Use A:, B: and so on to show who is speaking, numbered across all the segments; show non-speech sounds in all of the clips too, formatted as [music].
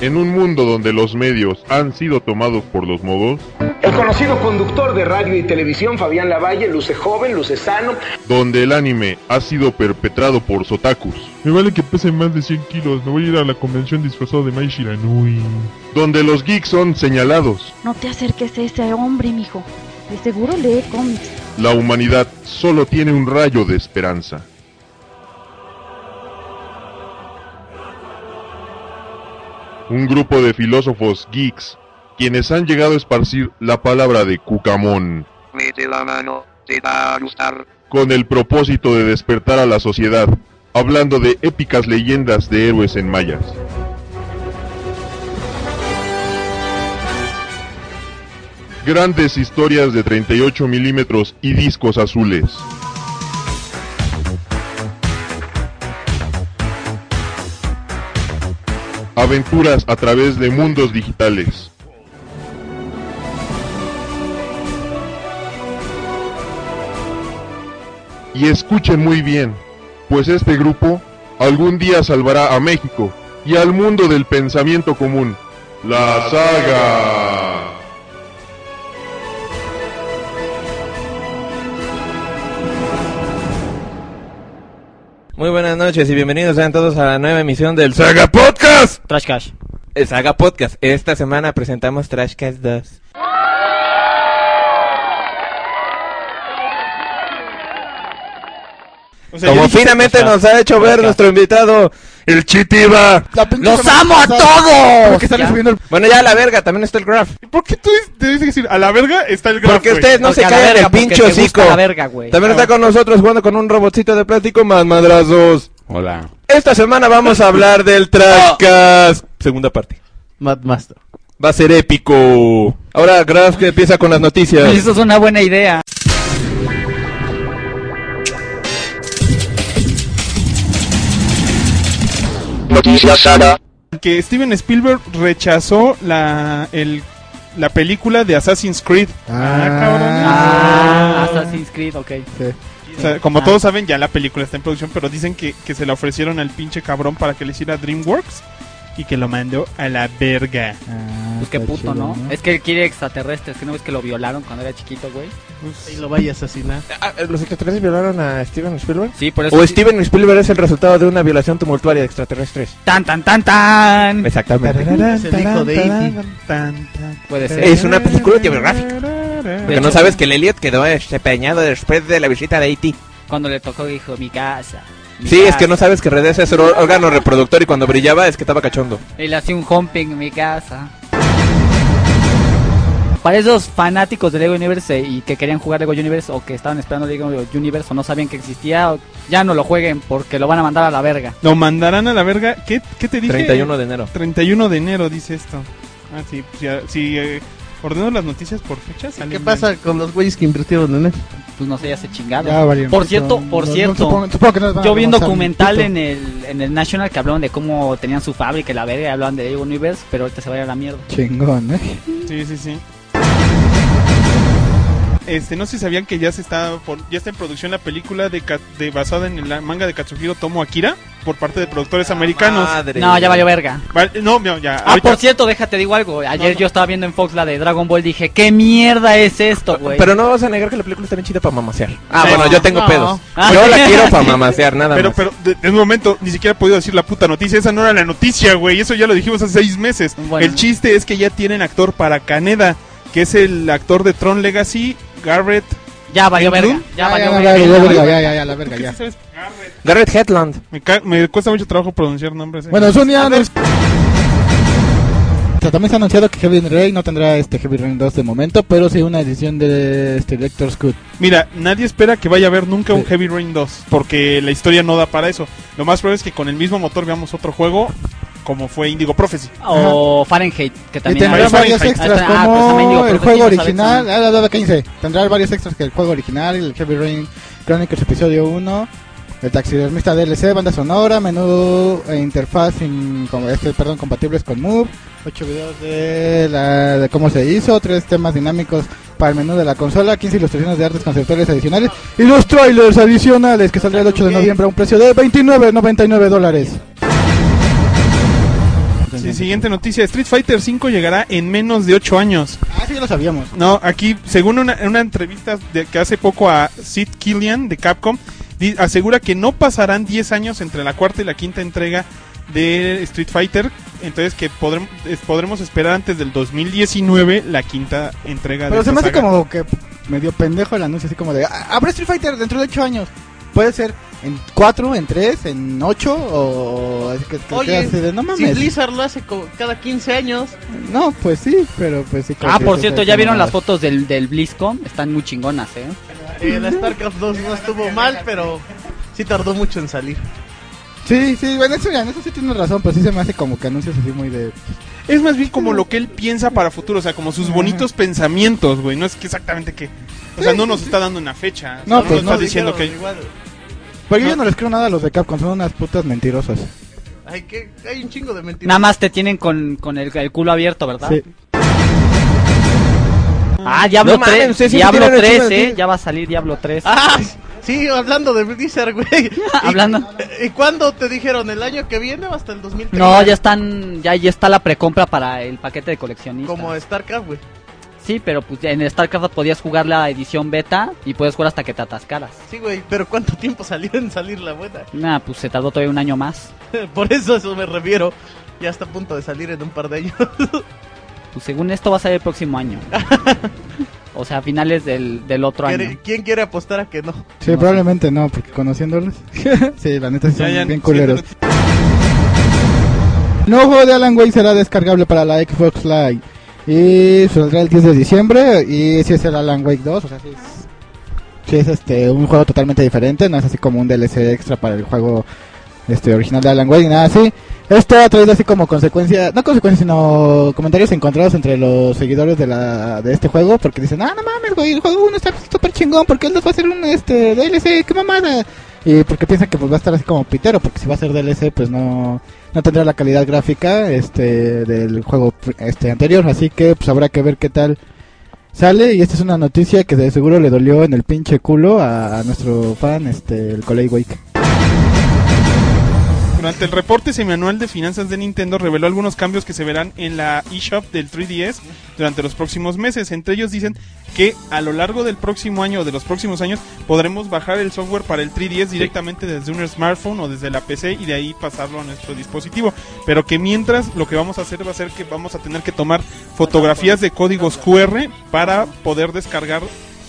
A: En un mundo donde los medios han sido tomados por los modos,
B: El conocido conductor de radio y televisión, Fabián Lavalle, luce joven, luce sano.
A: donde el anime ha sido perpetrado por sotakus,
C: Me vale que pese más de 100 kilos, no voy a ir a la convención disfrazado de Mai Shiranui.
A: donde los geeks son señalados,
D: No te acerques a ese hombre, mijo. De seguro lee cómics.
A: la humanidad solo tiene un rayo de esperanza. Un grupo de filósofos geeks, quienes han llegado a esparcir la palabra de Cucamón,
E: Mete la mano, te va a gustar.
A: con el propósito de despertar a la sociedad, hablando de épicas leyendas de héroes en mayas. Grandes historias de 38 milímetros y discos azules. Aventuras a través de mundos digitales. Y escuchen muy bien, pues este grupo algún día salvará a México y al mundo del pensamiento común. La saga.
F: Muy buenas noches y bienvenidos sean todos a la nueva emisión del Saga,
C: ¡Saga Podcast!
G: Trash Cash.
F: el Saga Podcast. Esta semana presentamos Trashcast 2. Como finamente nos ha hecho ver nuestro invitado, el Chitiba.
G: ¡Los amo a
C: ¿Por
G: todos!
C: qué sale
G: Ya.
C: subiendo el...
F: Bueno, ya a la verga, también está el Graf.
C: ¿Por qué tú dices- te dices que decir a la verga está el graf,
F: Porque
C: güey?
F: ustedes no
G: Porque
F: se
G: a la
F: callan
G: verga,
F: el
G: porque
F: pinche
G: te gusta
F: hocico.
G: la verga, güey.
F: También está con nosotros jugando con un robotcito de plástico más madrazos.
H: Hola.
F: Esta semana vamos a hablar del
G: Oh.
F: Trashcast. Segunda parte.
G: Mad Master.
F: Va a ser épico. Ahora Graf que empieza con las noticias.
G: Eso es una buena idea.
E: Noticias Saga.
C: Que Steven Spielberg rechazó la, el, la película de Assassin's Creed.
G: Ah, Assassin's Creed, ok.
C: O sea, como
G: Ah.
C: todos saben, ya la película está en producción, pero dicen que, que se la ofrecieron al pinche cabrón para que le hiciera DreamWorks y que lo mandó a la verga.
G: Pues qué puto, ¿no? Es que él quiere extraterrestres, que no ves que lo violaron cuando era chiquito, güey.
I: Y lo vaya a asesinar.
F: Ah, ¿Los extraterrestres violaron a Steven Spielberg?
G: Sí, por eso.
F: ¿O Steven Spielberg es el resultado de una violación tumultuaria de extraterrestres?
G: Tan, tan, tan,
F: Mm.
G: tan.
F: Exactamente.
I: Es el hijo de Indy.
G: Puede ser.
F: Es una película biográfica. Porque no sabes que el Elliot quedó empeñado después de la visita de Haití.
G: Cuando le tocó, dijo, mi casa. mi
F: Sí, es que
G: casa".
F: no sabes que Redesa es el or- órgano reproductor y cuando brillaba es que estaba cachondo.
G: Y le hacía un humping en mi casa. Para esos fanáticos de Lego Universe eh, y que querían jugar Lego Universe o que estaban esperando Lego Universe o no sabían que existía, o- ya no lo jueguen porque lo van a mandar a la verga.
C: Lo mandarán a la verga. ¿Qué, qué te dije?
F: 31 de enero.
C: 31 de enero dice esto. Ah, sí, pues ya- si eh, ordeno las noticias por fechas.
I: ¿Qué pasa con los güeyes que invirtieron en él?
G: Pues no sé, ya se chingado.
J: Ya valió.
G: Por cierto, por
J: No, no,
G: cierto,
J: supongo- supongo que no les van a
G: Yo vi un
J: alcanzar
G: documental
J: ni
G: en el, en el National que hablaban de cómo tenían su fábrica y la verga, y hablaban de Lego Universe, pero ahorita se va a ir a la mierda.
J: pito. Chingón, ¿eh?
C: Sí, sí, sí. Este, no sé si sabían que ya se está por- ya está en producción la película de, Ka- de basada en el manga de Katsuhiro Tomo Akira por parte de productores americanos.
F: Madre.
G: No, ya valió verga.
C: Vale, no, no, ya.
G: Ah,
C: ahorita-
G: por cierto, déjate, digo algo. Ayer
C: No, no.
G: yo estaba viendo en Fox la de Dragon Ball, dije, ¿qué mierda es esto, güey?
F: Pero no vas a negar que la película está bien chida para mamasear. Ah,
C: Sí.
F: bueno, yo tengo
I: No.
F: pedos.
G: Ah.
F: Yo la
G: [laughs]
F: quiero para mamasear, nada
C: Pero,
F: más.
C: pero, de- en un momento ni siquiera he podido decir la puta noticia. Esa no era la noticia, güey. Eso ya lo dijimos hace seis meses.
G: Bueno.
C: El chiste es que ya tienen actor para Caneda, que es el actor de Tron Legacy, Garrett.
G: Ya valió verga.
C: ¿Blue?
G: Ya
J: Ah, ya,
G: valió
J: la verga, ya,
G: verga.
J: verga, ya, ya, ya, la verga,
C: ¿Qué
G: [laughs]
J: ya.
C: sabes? Garrett.
F: Garrett Headland.
C: Me, ca- me cuesta mucho trabajo pronunciar nombres. eh.
J: Bueno, es un día. nos- O sea, También se ha anunciado que Heavy Rain no tendrá este Heavy Rain 2 de momento, pero sí una edición de este Director's Cut.
C: Mira, nadie espera que vaya a haber nunca un
J: Sí.
C: Heavy Rain 2, porque la historia no da para eso. Lo más probable es que con el mismo motor veamos otro juego, como fue Indigo Prophecy.
G: O Fahrenheit, que
J: Y
G: también...
J: tendrá
C: hay-
J: varios
C: hay-
J: extras
G: ah, pues también
J: como
G: digo,
J: el
G: pero
J: juego
G: ¿quién sabe
J: original.
G: si-
J: Ah, la dada 15. Tendrá varios extras que el juego original, el Heavy Rain Chronicles Episodio 1. El taxidermista DLC, banda sonora, menú e interfaz sin- como este, perdón, compatibles con Move, 8 videos de, la, de cómo se hizo, 3 temas dinámicos para el menú de la consola, 15 ilustraciones de artes conceptuales adicionales y los trailers adicionales que saldrá el 8 de noviembre a un precio de 29.99 dólares.
C: Sí, Sí, siguiente noticia. Street Fighter V llegará en menos de 8 años.
J: Ah, sí, ya lo sabíamos.
C: No, aquí, según una, una entrevista de, que hace poco a Sid Killian de Capcom, di- asegura que no pasarán 10 años entre la cuarta y la quinta entrega de Street Fighter. Entonces que podrem- es- podremos esperar antes del 2019 la quinta entrega de
J: Pero se
C: esta
J: me hace
C: saga.
J: como que medio pendejo el anuncio, así como de, "Ah, habrá Street Fighter dentro de 8 años. Puede ser en 4, en 3, en 8 o... es que- que
I: Oye,
J: sea así de, no
I: Si
J: mames.
I: Blizzard lo hace como cada 15 años.
J: No, pues sí, pero pues sí. como
G: Ah,
J: que
G: por
J: sí,
G: cierto,
J: pues,
G: ¿ya
J: sí,
G: vieron
J: no.
G: las fotos del, del BlizzCon? Están muy chingonas, ¿eh?
I: Eh, la StarCraft 2 no estuvo mal, pero sí tardó mucho en salir. [laughs]
J: Sí, sí, bueno, eso, ya, en eso sí tienes razón, pero sí se me hace como que anuncios así muy de...
C: Es más bien como lo que él piensa para futuro, o sea, como sus bonitos pensamientos, güey. No es que exactamente que... O sea, no nos está dando una fecha. o sea, no,
J: No, pues
C: nos está
J: no,
C: diciendo
I: dijeron,
C: que...
I: igual,
J: Pero yo
C: No.
J: ya no les creo nada a los de Capcom, son unas putas mentirosas.
I: Ay, que hay un chingo de mentiras.
G: Nada más te tienen con, con el, el culo abierto, ¿verdad?
J: Sí.
G: Ah, Diablo
F: No mames,
G: 3.
F: ustedes siempre
G: Diablo
F: tienen el
G: 3,
F: culo
G: ¿eh?
F: abierto.
G: Ya va a salir Diablo 3. [laughs]
I: Ah, sí, hablando de Blizzard, güey.
G: Hablando.
I: ¿Y, y cuándo te dijeron? ¿El año que viene o hasta el 2030?
G: No, ya están, ya, ya está la precompra para el paquete de coleccionista.
I: Como StarCraft, güey.
G: Sí, pero pues en StarCraft podías jugar la edición beta y puedes jugar hasta que te atascaras.
I: Sí, güey, pero ¿cuánto tiempo salió en salir la buena?
G: Nah, pues se tardó todavía un año más.
I: Por eso a eso me refiero. Ya está a punto de salir en un par de años.
G: Pues según esto va a salir el próximo
I: [laughs]
G: año. o sea, a finales del, del otro año.
I: ¿Quiere- ¿Quién quiere apostar a que no?
J: Sí,
G: No,
J: probablemente no, porque conociéndolos. [laughs] sí, la neta sí
C: Ya,
J: son
C: ya,
J: bien
C: sí,
J: culeros. No juego de Alan Wake será descargable para la Xbox Live. Y saldrá el 10 de diciembre. Y si es el Alan Wake 2, o sea, si es, sí es este, un juego totalmente diferente. No es así como un DLC extra para el juego este, original de Alan Wake, ni nada así. Esto ha traído así como consecuencia, no consecuencia, sino comentarios encontrados entre los seguidores de, la, de este juego. Porque dicen, ah, no mames, güey, el juego 1 está súper chingón. ¿Por qué él nos va a hacer un este, DLC? ¡Qué mamada! Y porque piensan que pues, va a estar así como pitero. Porque si va a ser DLC, pues no no tendrá la calidad gráfica este del juego pr- este anterior, así que pues habrá que ver qué tal sale y esta es una noticia que de seguro le dolió en el pinche culo a, a nuestro fan este el Coley Wake.
C: Durante el reporte semianual de finanzas de Nintendo reveló algunos cambios que se verán en la eShop del 3DS durante los próximos meses. Entre ellos dicen que a lo largo del próximo año o de los próximos años podremos bajar el software para el 3DS directamente desde un smartphone o desde la PC y de ahí pasarlo a nuestro dispositivo. Pero que mientras lo que vamos a hacer va a ser que vamos a tener que tomar fotografías de códigos QR para poder descargar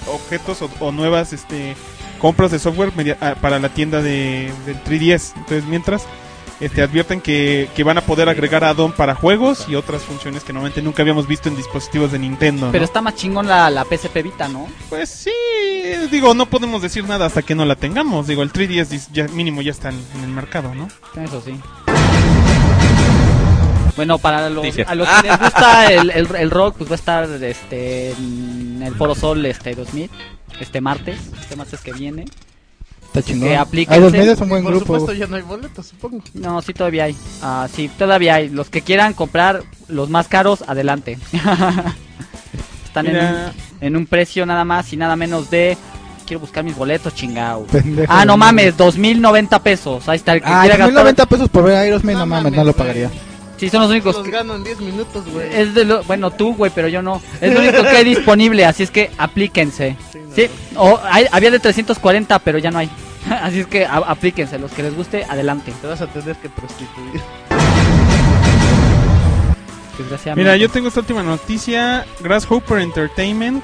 C: objetos o, o nuevas este compras de software media- ah, para la tienda de, del 3DS. Entonces, mientras este, advierten que, que van a poder agregar add-on para juegos y otras funciones que normalmente nunca habíamos visto en dispositivos de Nintendo. ¿no?
G: Pero está más chingón la, la PSP Vita, ¿no?
C: pues sí, digo, no podemos decir nada hasta que no la tengamos. Digo, el 3DS dis- ya, mínimo ya está en, en el mercado, ¿no?
G: Eso sí. Bueno, para los,
F: Dice.
G: a los que les gusta el, el- el rock, pues va a estar este, en el Foro Sol este 2000, este martes, este martes que viene.
J: Está chingón.
G: que
J: Ah,
G: aplíquense.
J: los medios son buen
I: Por
J: grupo.
I: supuesto, ya no hay boletos, supongo.
G: No, sí todavía hay. Ah, sí, todavía hay. Los que quieran comprar los más caros, adelante. [laughs] Están en un,
C: Mira,
G: en un precio nada más y nada menos de... Quiero buscar mis boletos, chingao.
J: Pendejo.
G: Ah, no mames, 2.090 pesos. Ahí está el que
J: Ah,
G: quiera gastar.
J: 90 pesos por ver a Aerosmith, no, mames, no lo
I: güey.
J: pagaría.
G: Sí, son los únicos
I: Los
G: que-
I: gano en 10 minutos, güey.
G: Es de lo, bueno, tú, güey, pero yo no. Es lo único que hay disponible, así es que aplíquense.
I: Sí, no.
G: Sí, o hay- había de 340, pero ya no hay. [laughs] Así es que a- aplíquense, los que les guste, adelante.
I: Te vas a tener que prostituir.
G: Desgraciadamente.
C: mira, yo tengo esta última noticia. Grasshopper Entertainment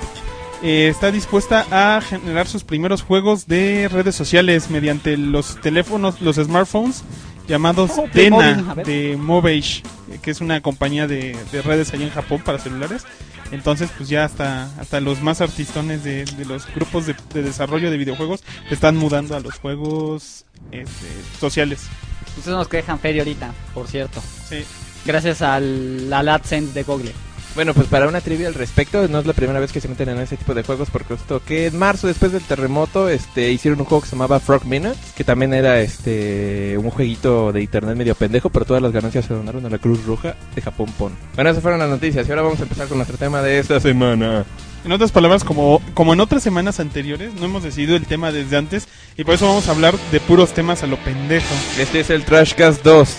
C: eh, está dispuesta a generar sus primeros juegos de redes sociales mediante los teléfonos, los smartphones llamados
G: Oh, Playmobil,
C: Dena
G: a ver.
C: de Mobage, eh, que es una compañía de, de redes allá en Japón para celulares. Entonces, pues ya hasta, hasta los más artistones de, de los grupos de, de desarrollo de videojuegos se están mudando a los juegos este, sociales.
G: Ustedes son los que dejan feria ahorita, por cierto.
C: Sí.
G: Gracias al, al AdSense de Google.
F: Bueno, pues para una trivia al respecto, no es la primera vez que se meten en ese tipo de juegos, porque justo que en marzo, después del terremoto, este, hicieron un juego que se llamaba Frog Minutes, que también era este un jueguito de internet medio pendejo, pero todas las ganancias se donaron a la Cruz Roja de Japón Pon. Bueno, esas fueron las noticias, y ahora vamos a empezar con nuestro tema de esta semana.
C: En otras palabras, como, como en otras semanas anteriores, no hemos decidido el tema desde antes y por eso vamos a hablar de puros temas a lo pendejo.
F: Este es el Trashcast 2.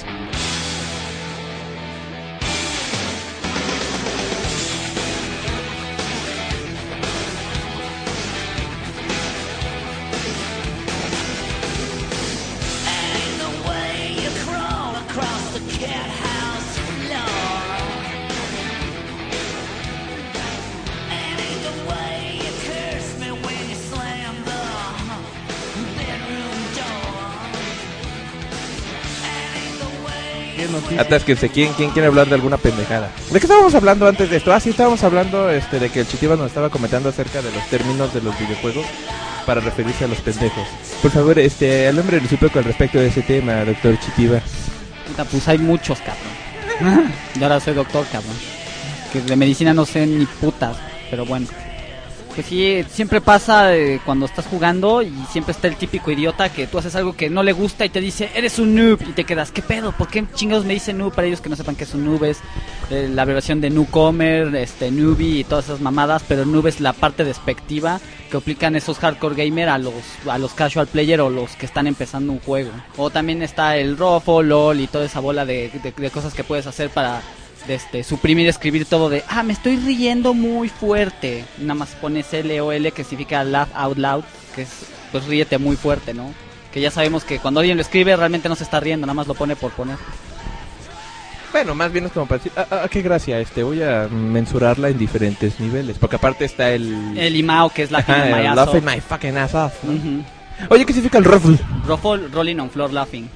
I: ¿Qué noticia?
F: Atásquense, ¿quién, quién quiere hablar de alguna pendejada? ¿De qué estábamos hablando antes de esto? Ah, sí, estábamos hablando este, de que el Chitiba nos estaba comentando acerca de los términos de los videojuegos para referirse a los pendejos. Por favor, este, al hombre recíproco al respecto de ese tema, doctor Chitiba.
G: Puta, pues hay muchos, cabrón. [laughs] Yo ahora soy doctor, cabrón. Que de medicina no sé ni putas, pero bueno. Pues sí, siempre pasa eh, cuando estás jugando y siempre está el típico idiota que tú haces algo que no le gusta y te dice, eres un noob, y te quedas, ¿qué pedo? ¿Por qué chingados me dice noob? Para ellos que no sepan qué es un noob, es eh, la abreviación de newcomer, este, newbie y todas esas mamadas, pero noob es la parte despectiva que aplican esos hardcore gamer a los, a los casual player o los que están empezando un juego. O también está el rofo, lol y toda esa bola de, de- de cosas que puedes hacer para de este, suprimir, escribir todo de, ah, me estoy riendo muy fuerte. Nada más pones LOL que significa laugh out loud, que es, pues ríete muy fuerte, ¿no? Que ya sabemos que cuando alguien lo escribe realmente no se está riendo, nada más lo pone por poner.
F: Bueno, más bien es como para decir, ah, ah, qué gracia, este, voy a mensurarla en diferentes niveles. Porque aparte está el...
G: El imao que es la
F: Ajá, el laughing
G: que
F: my fucking ass off. ¿no? Oye, ¿qué significa el ruffle?
G: Rofo, rolling on floor laughing.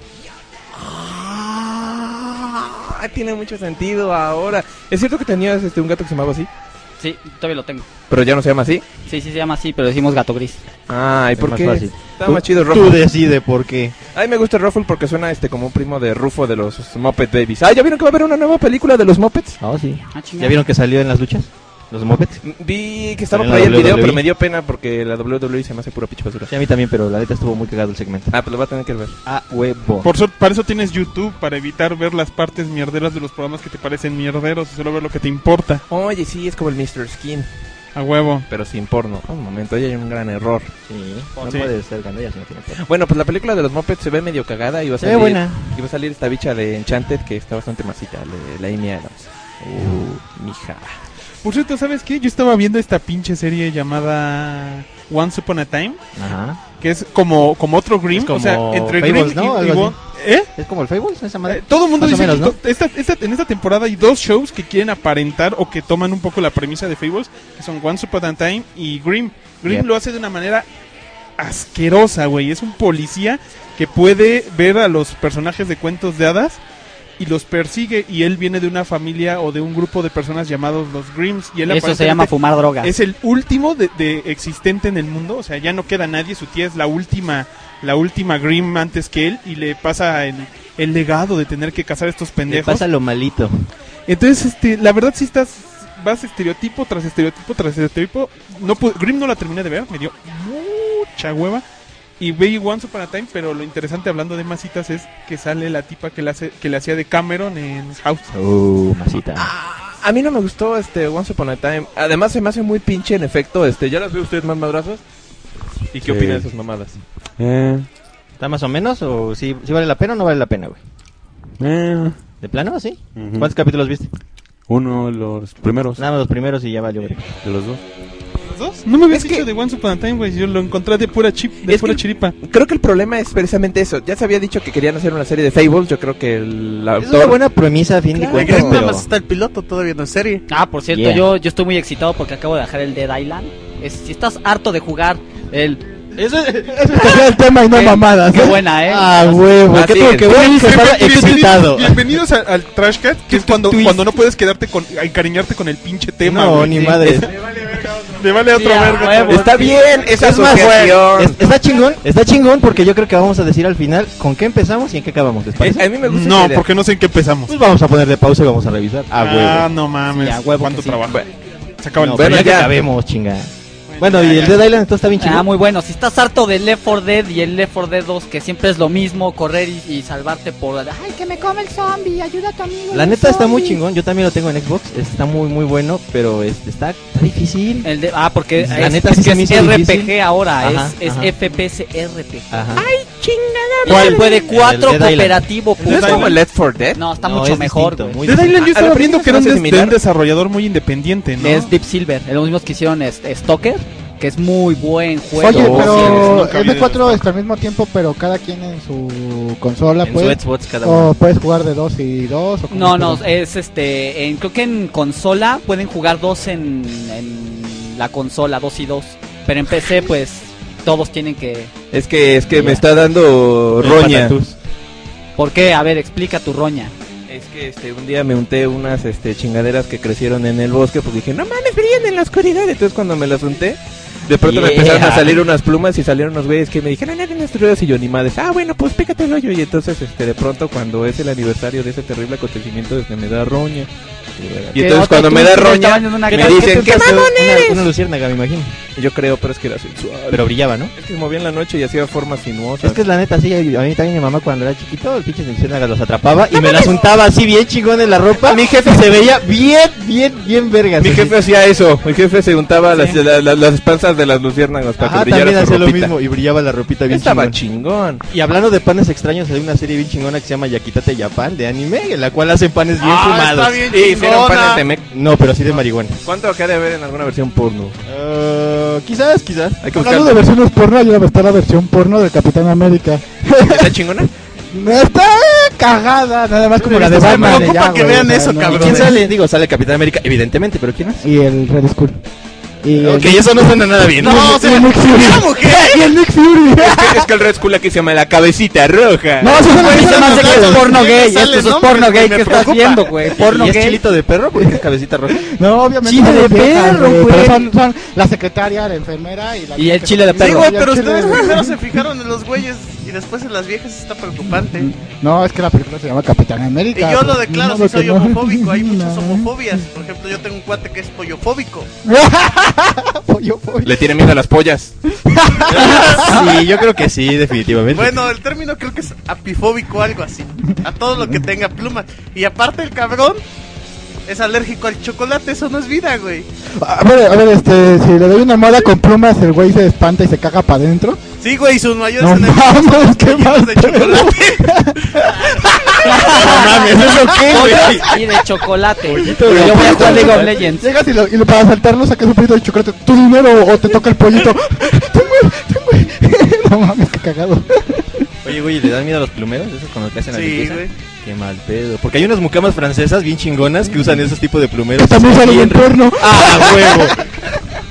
F: Ah, tiene mucho sentido ahora. ¿Es cierto que tenías este, un gato que se llamaba así?
G: Sí, todavía lo tengo.
F: Pero ya no se llama así.
G: Sí, sí se llama así, pero decimos gato gris.
F: Ay, ¿por
H: más
F: qué?
H: fácil.
F: Está más chido el
H: Tú
F: Ruffle.
H: decide por qué.
F: Ay, me gusta el Ruffle porque suena este como un primo de Rufo de los Muppet Babies. Ay, ¿ya vieron que va a haber una nueva película de los Muppets? Mm,
H: Ah, sí.
G: Ah, chingada.
H: ¿Ya vieron que salió en las luchas? ¿Los mopeds?
F: Vi que estaba
H: ¿En E.
F: por
H: la
F: ahí el video,
H: WWE?
F: pero me dio pena porque la WWE se me hace pura pinche basura.
H: Sí, a mí también, pero la neta estuvo muy cagado el segmento.
F: Ah, pues lo va a tener que ver.
H: Ah, huevo.
C: Por suerte, para eso tienes YouTube, para evitar ver las partes mierderas de los programas que te parecen mierderos y solo ver lo que te importa.
F: Oye, sí, es como el Mr. Skin,
C: A huevo.
F: pero sin porno. Un momento, ahí hay un gran error.
H: Sí. No
C: Sí.
H: puede ser Gandaya si no tiene porno.
F: Bueno, pues la película de los Muppets se ve medio cagada y va a
H: Se ve
F: salir,
H: buena.
F: y va a salir esta bicha de Enchanted que está bastante masita, de la Amy Adams. Uh, mija.
C: Por cierto, ¿sabes qué? Yo estaba viendo esta pinche serie llamada Once Upon a Time,
H: Ajá.
C: que es como, como otro Grimm,
H: Es como
C: o sea, entre
H: Fables,
C: Grimm
H: ¿no?
C: y, y
H: Algo
C: Wo- ¿Eh?
H: ¿Es como el Fables? ¿Esa
C: Eh,
H: madre?
C: Todo el mundo
H: Más o
C: dice
H: menos,
C: que to- esta, esta- en esta temporada hay dos shows que quieren aparentar o que toman un poco la premisa de Fables, que son Once Upon a Time y Grimm. Grimm
H: Yeah.
C: lo hace de una manera asquerosa, güey. Es un policía que puede ver a los personajes de cuentos de hadas y los persigue y él viene de una familia o de un grupo de personas llamados los Grimms y él
G: Eso se
C: aparentemente
G: llama fumar drogas.
C: es el último de, de existente en el mundo, o sea, ya no queda nadie, su tía es la última, la última Grimm antes que él y le pasa el, el legado de tener que cazar a estos
H: Le
C: pendejos.
H: pasa lo malito.
C: Entonces, este, la verdad sí estás vas estereotipo tras estereotipo tras estereotipo. No pude- Grimm no la terminé de ver, me dio mucha hueva. Y ve Once Upon a Time, pero lo interesante hablando de masitas es que sale la tipa que le, hace, que le hacía de Cameron en House.
H: Uh, masita.
F: Ah, A mí no me gustó este Once Upon a Time. Además se me hace muy pinche en efecto. Este, ¿ya las veo ustedes más madrazos? ¿Y qué
H: Sí.
F: opinan de esas mamadas?
H: Eh. ¿Está más o menos? ¿O si, si vale la pena o no vale la pena, güey? ¿De plano? ¿Sí?
K: Eh. Ujú.
H: ¿Cuántos capítulos viste? Ah.
K: Uno, los primeros
H: Nada más los primeros y ya valió, güey.
K: de los dos.
C: ¿Los dos? No me habías
F: Es
C: dicho
F: que-
C: de Once Upon a Time, güey. Yo lo encontré de pura chip, de
F: Es
C: pura
F: que-
C: chiripa.
F: Creo que el problema es precisamente eso. Ya se había dicho que querían hacer una serie de Fables. Yo creo que el
H: Es una
F: autor...
H: buena premisa, a fin
I: Claro,
H: de
I: que
H: cuentas,
I: nada
H: pero...
I: más está el piloto todavía no es serie.
G: Ah, por cierto,
H: Yeah.
G: yo, yo estoy muy excitado porque acabo de dejar el Dead Island. Es- si estás harto de jugar el...
H: Eso
J: Escogió el tema y no
G: Qué-
J: mamadas.
G: Qué buena, ¿eh?
H: Ah, huevo.
F: Así
H: ¿Qué tuvo
F: es.
H: que ver? que pasa? Estoy
C: Bienvenidos,
H: invitado.
C: bienvenidos a- al Trash Cat, que este es cuando, cuando no puedes quedarte con, a encariñarte con el pinche tema.
H: No,
C: güey.
H: ni madre.
C: [laughs] Le vale otro
G: Sí, a
C: verga.
G: huevo.
F: Está bien, esa
H: Es más,
F: sujeción.
H: es- está chingón, está chingón porque yo creo que vamos a decir al final con qué empezamos y en qué acabamos, ¿les
F: Eh,
H: parece?
F: a mí me gusta esa
C: No,
F: idea.
C: porque no sé en qué empezamos.
H: Pues vamos a ponerle pausa y vamos a revisar. A huevo.
C: Ah, no mames.
G: Sí, a huevo
C: ¿Cuánto
G: que sí.
C: trabajo?
F: Bueno.
C: Se acaba
H: No,
C: el
H: pero
F: bueno,
H: ya, que
F: ya.
H: acabemos, chinga. Bueno, y el Dead Island entonces está bien
G: Ah,
H: chingón.
G: muy bueno. Si estás harto del Left 4 Dead y el Left 4 Dead 2, que siempre es lo mismo, correr y, y salvarte por... Ay, que me come el zombie, ayuda a tu amigo.
H: La
G: el
H: neta está muy
G: zombie.
H: chingón, yo también lo tengo en Xbox, está muy muy bueno, pero este, está, está difícil.
G: El de- ah, porque
H: La
G: es,
H: neta
G: es
H: sí se
G: que
H: me
G: es
H: hizo
G: RPG
H: difícil.
G: ahora,
H: Ajá,
G: es, es
H: ajá.
G: FPS RPG.
H: Ajá.
G: Y se puede cuatro
H: El Dead Island.
G: cooperativo,
F: ¿No es
G: puto.
F: como el Left 4 Dead?
G: No, está
H: No,
G: mucho
H: es
G: mejor,
H: distinto,
G: güey.
H: muy
C: Dead Island yo
F: Ah,
C: estaba
F: la
C: viendo
F: premisa
C: que era un,
F: se me hace
C: des- de un
F: similar.
C: desarrollador muy independiente, ¿no?
G: Es Deep Silver, los mismos que hicieron este, Stalker, que es muy buen juego.
J: Oye,
H: Pero-
J: pero
C: Nunca
J: el
C: vi
J: de
C: de
J: 4 está al mismo tiempo, pero cada quien en su consola
H: En
J: puede.
H: su Xbox cada uno.
J: O puedes jugar de 2 y 2.
G: No, no, es este, en- creo que en consola pueden jugar dos en, en la consola, dos y dos, pero en PC pues todos tienen que...
F: Es que, es que
G: Ya.
F: me está dando
H: El
F: roña.
H: patatús.
G: ¿Por qué? A ver, explica tu roña.
F: Es que este, un día me unté unas este, chingaderas que crecieron en el bosque, pues dije, no mames, brillan en la oscuridad. Entonces cuando me las unté, de pronto me
H: Yeah.
F: empezaron a salir unas plumas y salieron unos güeyes que me dijeron, eran destruidas y yo ni madres. Ah, bueno, pues pícate el hoyo. Y entonces, este, de pronto cuando es el aniversario de ese terrible acontecimiento, este, me da roña. Y
H: ¿Qué
F: entonces
H: otro
F: cuando
H: tú
F: me da
H: tienes
F: roña,
H: tamaño de una
F: me
H: casa?
F: dicen, ¿qué
H: Una-
F: mamón
H: una-
F: eres?
H: una luciérnaga, me imagino.
F: Yo creo, pero es que era sensual.
H: Pero brillaba, ¿no?
F: Es que se movía en la noche y hacía formas sinuosas.
H: eh, Es que es la neta, sí, a mí también mi mamá cuando era chiquito, el pinche luciérnagas los atrapaba y me las untaba así bien chingón en la ropa. Mi jefe se veía bien, bien, bien vergas.
F: Mi
H: así.
F: jefe hacía eso. Mi jefe se untaba las, la- la- las panzas de las luciérnagas para
H: Ajá,
F: que brillara
H: Ah, también
F: su
H: hacía lo
F: ropita.
H: mismo y brillaba la ropita bien
F: Estaba
H: chingón. Y hablando de panes extraños, hay una serie bien chingona que se llama Yakitate Japan de anime, en la cual hacen panes bien
F: Ah,
H: fumados.
F: está bien Y hicieron chingona. panes de mec-
H: No, pero sí de marihuana.
F: ¿Cuánto acá de haber en alguna versión porno?
H: Eh, quizás, quizás.
F: Hay que
J: Hablando de versiones porno, ahí debe estar la versión porno del Capitán América.
F: ¿Está chingona?
J: No está cagada, nada más como la de Batman. de ya, güey, o sea, no,
H: ¿Y quién sale? [laughs] Digo, sale Capitán América, evidentemente, pero ¿quién más?
J: Y el Red Skull. Y
H: Ok, eso no suena nada bien.
J: No,
F: [laughs]
J: o sea, era mujer. [laughs] Y el Nick Fury.
F: Es que,
J: [laughs]
F: es que el Red Skull aquí se llama la cabecita roja.
G: No, eso
F: Güey,
G: es más de que es
F: no,
G: porno
F: no,
G: gay.
I: este
F: no sale,
G: Esto es
F: ¿no?
G: porno
F: Porque
G: gay.
F: me
G: ¿Qué estás
F: preocupa.
G: viendo, güey? Porno
H: ¿Y es
G: gay.
H: chilito de perro? Porque es cabecita roja.
J: No, obviamente.
G: Chile
J: son
G: de
J: viejas,
G: perro,
J: pero
G: güey.
J: Son, son la secretaria, la enfermera y la.
G: Y el chile de perro.
I: Sí, güey, pero
J: Y el chile
I: ustedes
J: de-
I: primero se fijaron en los güeyes y después en las viejas, está
H: Mm,
I: preocupante.
J: No, es que la película se llama Capitán
I: Y
J: América.
I: yo lo
J: pues,
I: declaro,
J: ni
I: si
J: modo
I: soy
J: que no.
I: homofóbico, hay muchas homofobias. Por ejemplo, yo tengo un cuate que es pollofóbico.
J: [laughs]
F: Le tiene miedo a las pollas.
H: sí, yo creo que sí, definitivamente.
I: Bueno, el término creo que es apifóbico, algo así. A todo lo que tenga plumas. Y aparte el cabrón es alérgico al chocolate, eso no es vida, güey.
J: A ver, a ver, este, si le doy una moda con plumas, el güey se espanta y se caga para adentro.
I: Sí, güey, sus mayores
J: No
I: enemigos
J: mames, qué mal.
I: de chocolate.
G: [laughs] Pollas Y de chocolate.
J: Pero
G: Yo voy a
J: pollito,
G: jugar League of
J: ¿no?
G: Legends.
J: Llegas y, lo, y lo- para saltarlo sacas un poquito de chocolate. Tu dinero o te toca el pollito. [laughs] no mames, qué cagado.
H: Oye, güey, ¿le dan miedo a los plumeros? Eso es con lo que hacen la
I: Sí,
H: limpieza?
I: güey.
H: Qué mal pedo. Porque hay unas mucamas francesas bien chingonas que usan esos tipos de plumeros.
J: También sale
H: Bien
J: en
H: re-
J: porno.
H: ¡Ah, huevo!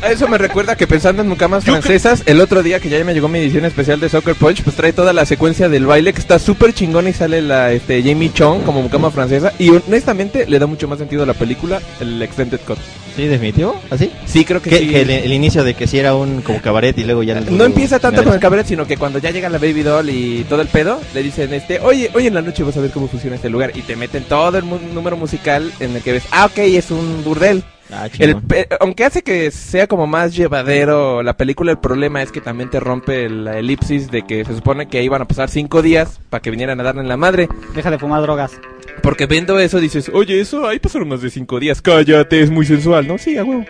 F: A Eso me recuerda que pensando en mucamas francesas, el otro día que ya me llegó mi edición especial de Soccer Punch, pues trae toda la secuencia del baile que está súper chingón y sale la este, Jamie Chong como mucama francesa. Y honestamente le da mucho más sentido a la película el Extended Cut.
H: ¿Sí, definitivo? ¿Así?
F: Sí, creo que
H: Que,
F: sí.
H: que el, el inicio de que si era un como cabaret y luego ya...
F: No empieza tanto con el cabaret, sino que cuando ya llega la Baby Doll y todo el pedo, le dicen, este, oye, hoy en la noche vas a ver cómo funciona este lugar. Y te meten todo el mu- número musical en el que ves, ah, ok, es un burdel.
H: Ah, chingón.
F: El pe- aunque hace que sea como más llevadero la película, el problema es que también te rompe la elipsis de que se supone que iban a pasar cinco días para que vinieran a darle en la madre.
G: Deja de fumar drogas.
F: Porque viendo eso dices, oye, eso ahí pasaron más de cinco días, cállate, es muy sensual, ¿no? Sí, a huevo.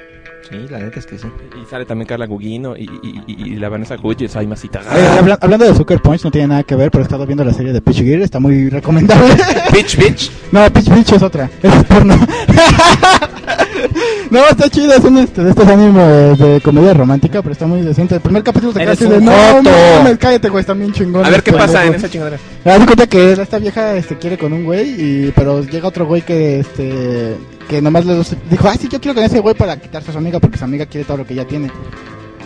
H: Sí, la neta es que sí.
F: Y sale también Carla Gugino y, y- y- y la Vanessa Hudgens, hay más citas.
J: Oye, Eh, habla- hablando de Sucker Punch, no tiene nada que ver, pero he estado viendo la serie de Pitch Gear, está
F: [laughs]
J: muy recomendable.
F: Bitch, bitch.
J: No, Pitch Pitch es otra, esa es porno. [laughs] no, está chida, es un este, de estos animes de comedia romántica, pero está muy decente. El primer capítulo te queda
G: Eres
J: así de
G: un
J: no,
G: joto".
J: no, no, cállate, güey, están bien chingones.
F: A ver qué pasa en
J: pendejos".
F: esa chingadera.
J: Haz de cuenta que esta vieja este, quiere con un güey, y, pero llega otro güey que este que nomás le dijo, ah, sí, yo quiero con ese güey para quitarse a su amiga porque su amiga quiere todo lo que ya tiene.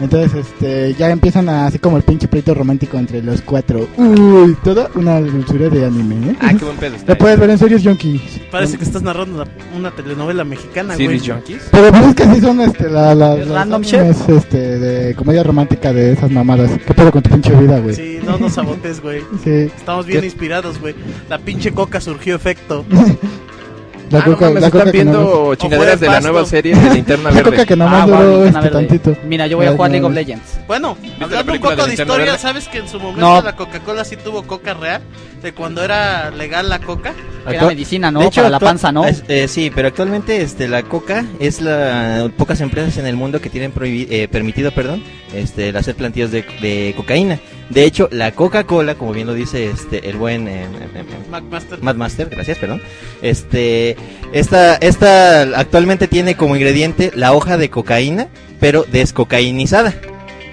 J: Entonces, este, ya empiezan a- así como el pinche pleito romántico entre los cuatro. Uy, toda una dulzura de anime, ¿eh?
F: Ah, qué buen pedo. está
J: La
F: ahí.
J: puedes ver en series Yonkis.
I: Parece que estás narrando una, una telenovela mexicana, güey.
F: Series Junkies.
J: Pero pues es que así son este, la, la,
G: ¿El
J: los
G: random
J: animes, este, de comedia romántica de esas mamadas. ¿Qué pedo con tu pinche vida, güey?
I: Sí, no nos sabotes, güey.
J: Sí.
I: Estamos bien inspirados, güey. La pinche coca surgió efecto.
J: [laughs] La
F: Ah, no
J: coca-
F: mames,
J: la coca
F: están
J: que nomás-
F: viendo chingaderas de la
I: pasto.
F: nueva serie de Linterna
J: La coca
F: Verde.
J: que nomás
G: Ah, guau,
J: duró
G: Linterna
J: este
G: Verde.
J: tantito.
G: Mira, yo voy a
J: Las
G: jugar League of
J: nuevas.
G: Legends.
I: Bueno,
F: la
I: hablando un
F: película
I: poco
F: de
I: de
F: Linterna
I: historia,
F: Verde?
I: ¿sabes que en su momento
G: No.
I: la Coca-Cola sí tuvo coca real? De cuando era legal la coca.
G: Que era
H: Actua-
G: medicina, ¿no?
H: De hecho,
G: Para la
H: actua-
G: panza, ¿no?
H: es- eh, sí, pero actualmente este, la coca es la pocas empresas en el mundo que tienen prohibi- eh, permitido, perdón, este, el hacer plantillas de, de cocaína. De hecho, la Coca-Cola, como bien lo dice este, el buen eh, em, em, em,
I: McMaster.
H: Mad Master, gracias, perdón. Este, esta, esta actualmente tiene como ingrediente la hoja de cocaína, pero descocainizada.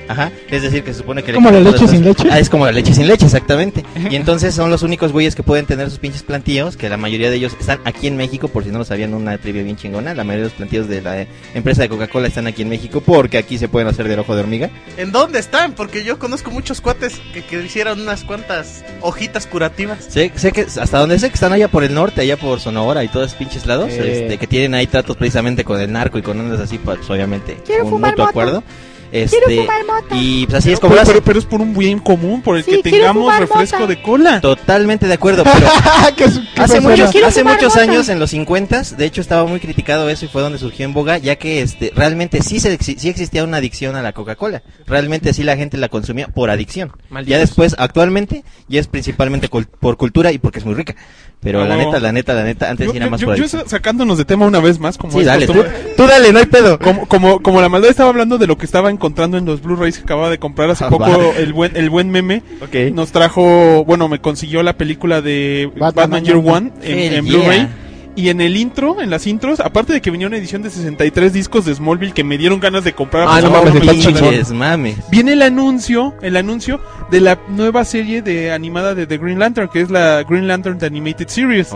F: Ajá, es decir, que se supone que...
J: ¿Como la
F: todas
J: leche sin
F: estas-
J: leche?
F: Ah, es como la leche sin leche,
J: [laughs]
F: exactamente. Y entonces son los únicos güeyes que pueden tener sus pinches plantillos, que la mayoría de ellos están aquí en México, por si no lo sabían, una trivia bien chingona. La mayoría de los plantillos de la eh, empresa de Coca-Cola están aquí en México porque aquí se pueden hacer del ojo de hormiga.
L: ¿En dónde están? Porque yo conozco muchos cuates que, que hicieron unas cuantas hojitas curativas.
F: Sé, sé que hasta donde sé que están allá por el norte, allá por Sonora y todos esos pinches lados,
L: Eh.
F: este, que tienen ahí tratos precisamente con el narco y con ondas así, pues obviamente,
C: Quiero
F: un
C: fumar
F: mutuo
C: mota.
F: acuerdo. Este,
C: Quiero fumar mota.
F: Y pues así
C: Pero-
F: es como
C: pero-
F: lo hacen.
C: pero- pero es por un bien común, por el Sí, que quiero tengamos fumar refresco mota. de cola.
F: Totalmente de acuerdo,
C: [laughs]
F: pero hace
C: persona.
F: muchos,
C: Quiero
F: hace
C: fumar
F: muchos
C: mota.
F: años, en los 50 de hecho estaba muy criticado eso y fue donde surgió en boga, ya que este realmente sí, se, sí existía una adicción a la Coca-Cola. Realmente sí la gente la consumía por adicción.
B: Malditos.
F: Ya después, actualmente, ya es principalmente cul- por cultura y porque es muy rica. Pero la
C: No.
F: neta, la neta, la neta, antes
C: Yo,
F: era
C: yo-
F: más
C: yo-
F: por
C: yo
F: adicción.
C: sacándonos de tema una vez más, como
F: Sí,
C: es
F: dale,
C: costumbre.
F: tú dale, no hay pedo.
C: Como, como, como la maldad estaba hablando de lo que estaba encontrando en los Blu-rays que acababa de comprar hace
F: Ah,
C: poco
F: vale.
C: el buen el buen meme.
F: Ok.
C: Nos trajo, bueno, me consiguió la película de Batman, Year One en,
F: Hell
C: en Blu-ray.
F: yeah.
C: Y en el intro, en las intros, aparte de que venía una edición de 63 discos de Smallville que me dieron ganas de comprar.
F: Ah,
C: pues,
F: no
C: ahora
F: mames,
C: me
F: está
C: gustan.
F: chingón. mames.
C: Viene el anuncio, el anuncio de la nueva serie de animada de The Green Lantern, que es la Green Lantern The Animated
F: Oh.
C: Series.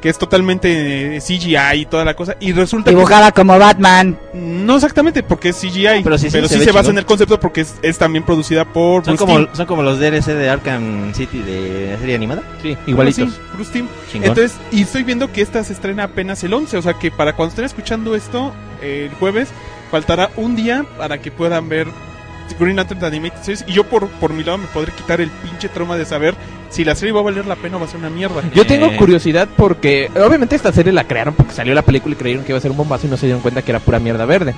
C: Que es totalmente eh, CGI y toda la cosa. Y resulta
G: Dibujada como Batman.
C: No exactamente, porque es CGI. Pero sí,
F: sí se ve
C: se basa
F: chingón.
C: en el concepto porque es, es también producida por
F: Son
C: Bruce
F: como,
C: Timm.
F: son como los DLC de Arkham City de la serie animada.
B: Sí,
C: Algo así, Bruce Timm.
F: Chingón.
C: Pues Entonces, y estoy viendo que esta se estrena apenas el 11. O sea que para cuando estén escuchando esto, eh, el jueves, faltará un día para que puedan ver Green Lantern The Animated Series. Y yo, por, por mi lado, me podré quitar el pinche trauma de saber si la serie va a valer la pena o va a ser una mierda.
B: Yo
F: Eh,
B: tengo curiosidad porque obviamente esta serie la crearon porque salió la película y creyeron que iba a ser un bombazo y no se dieron cuenta que era pura mierda verde.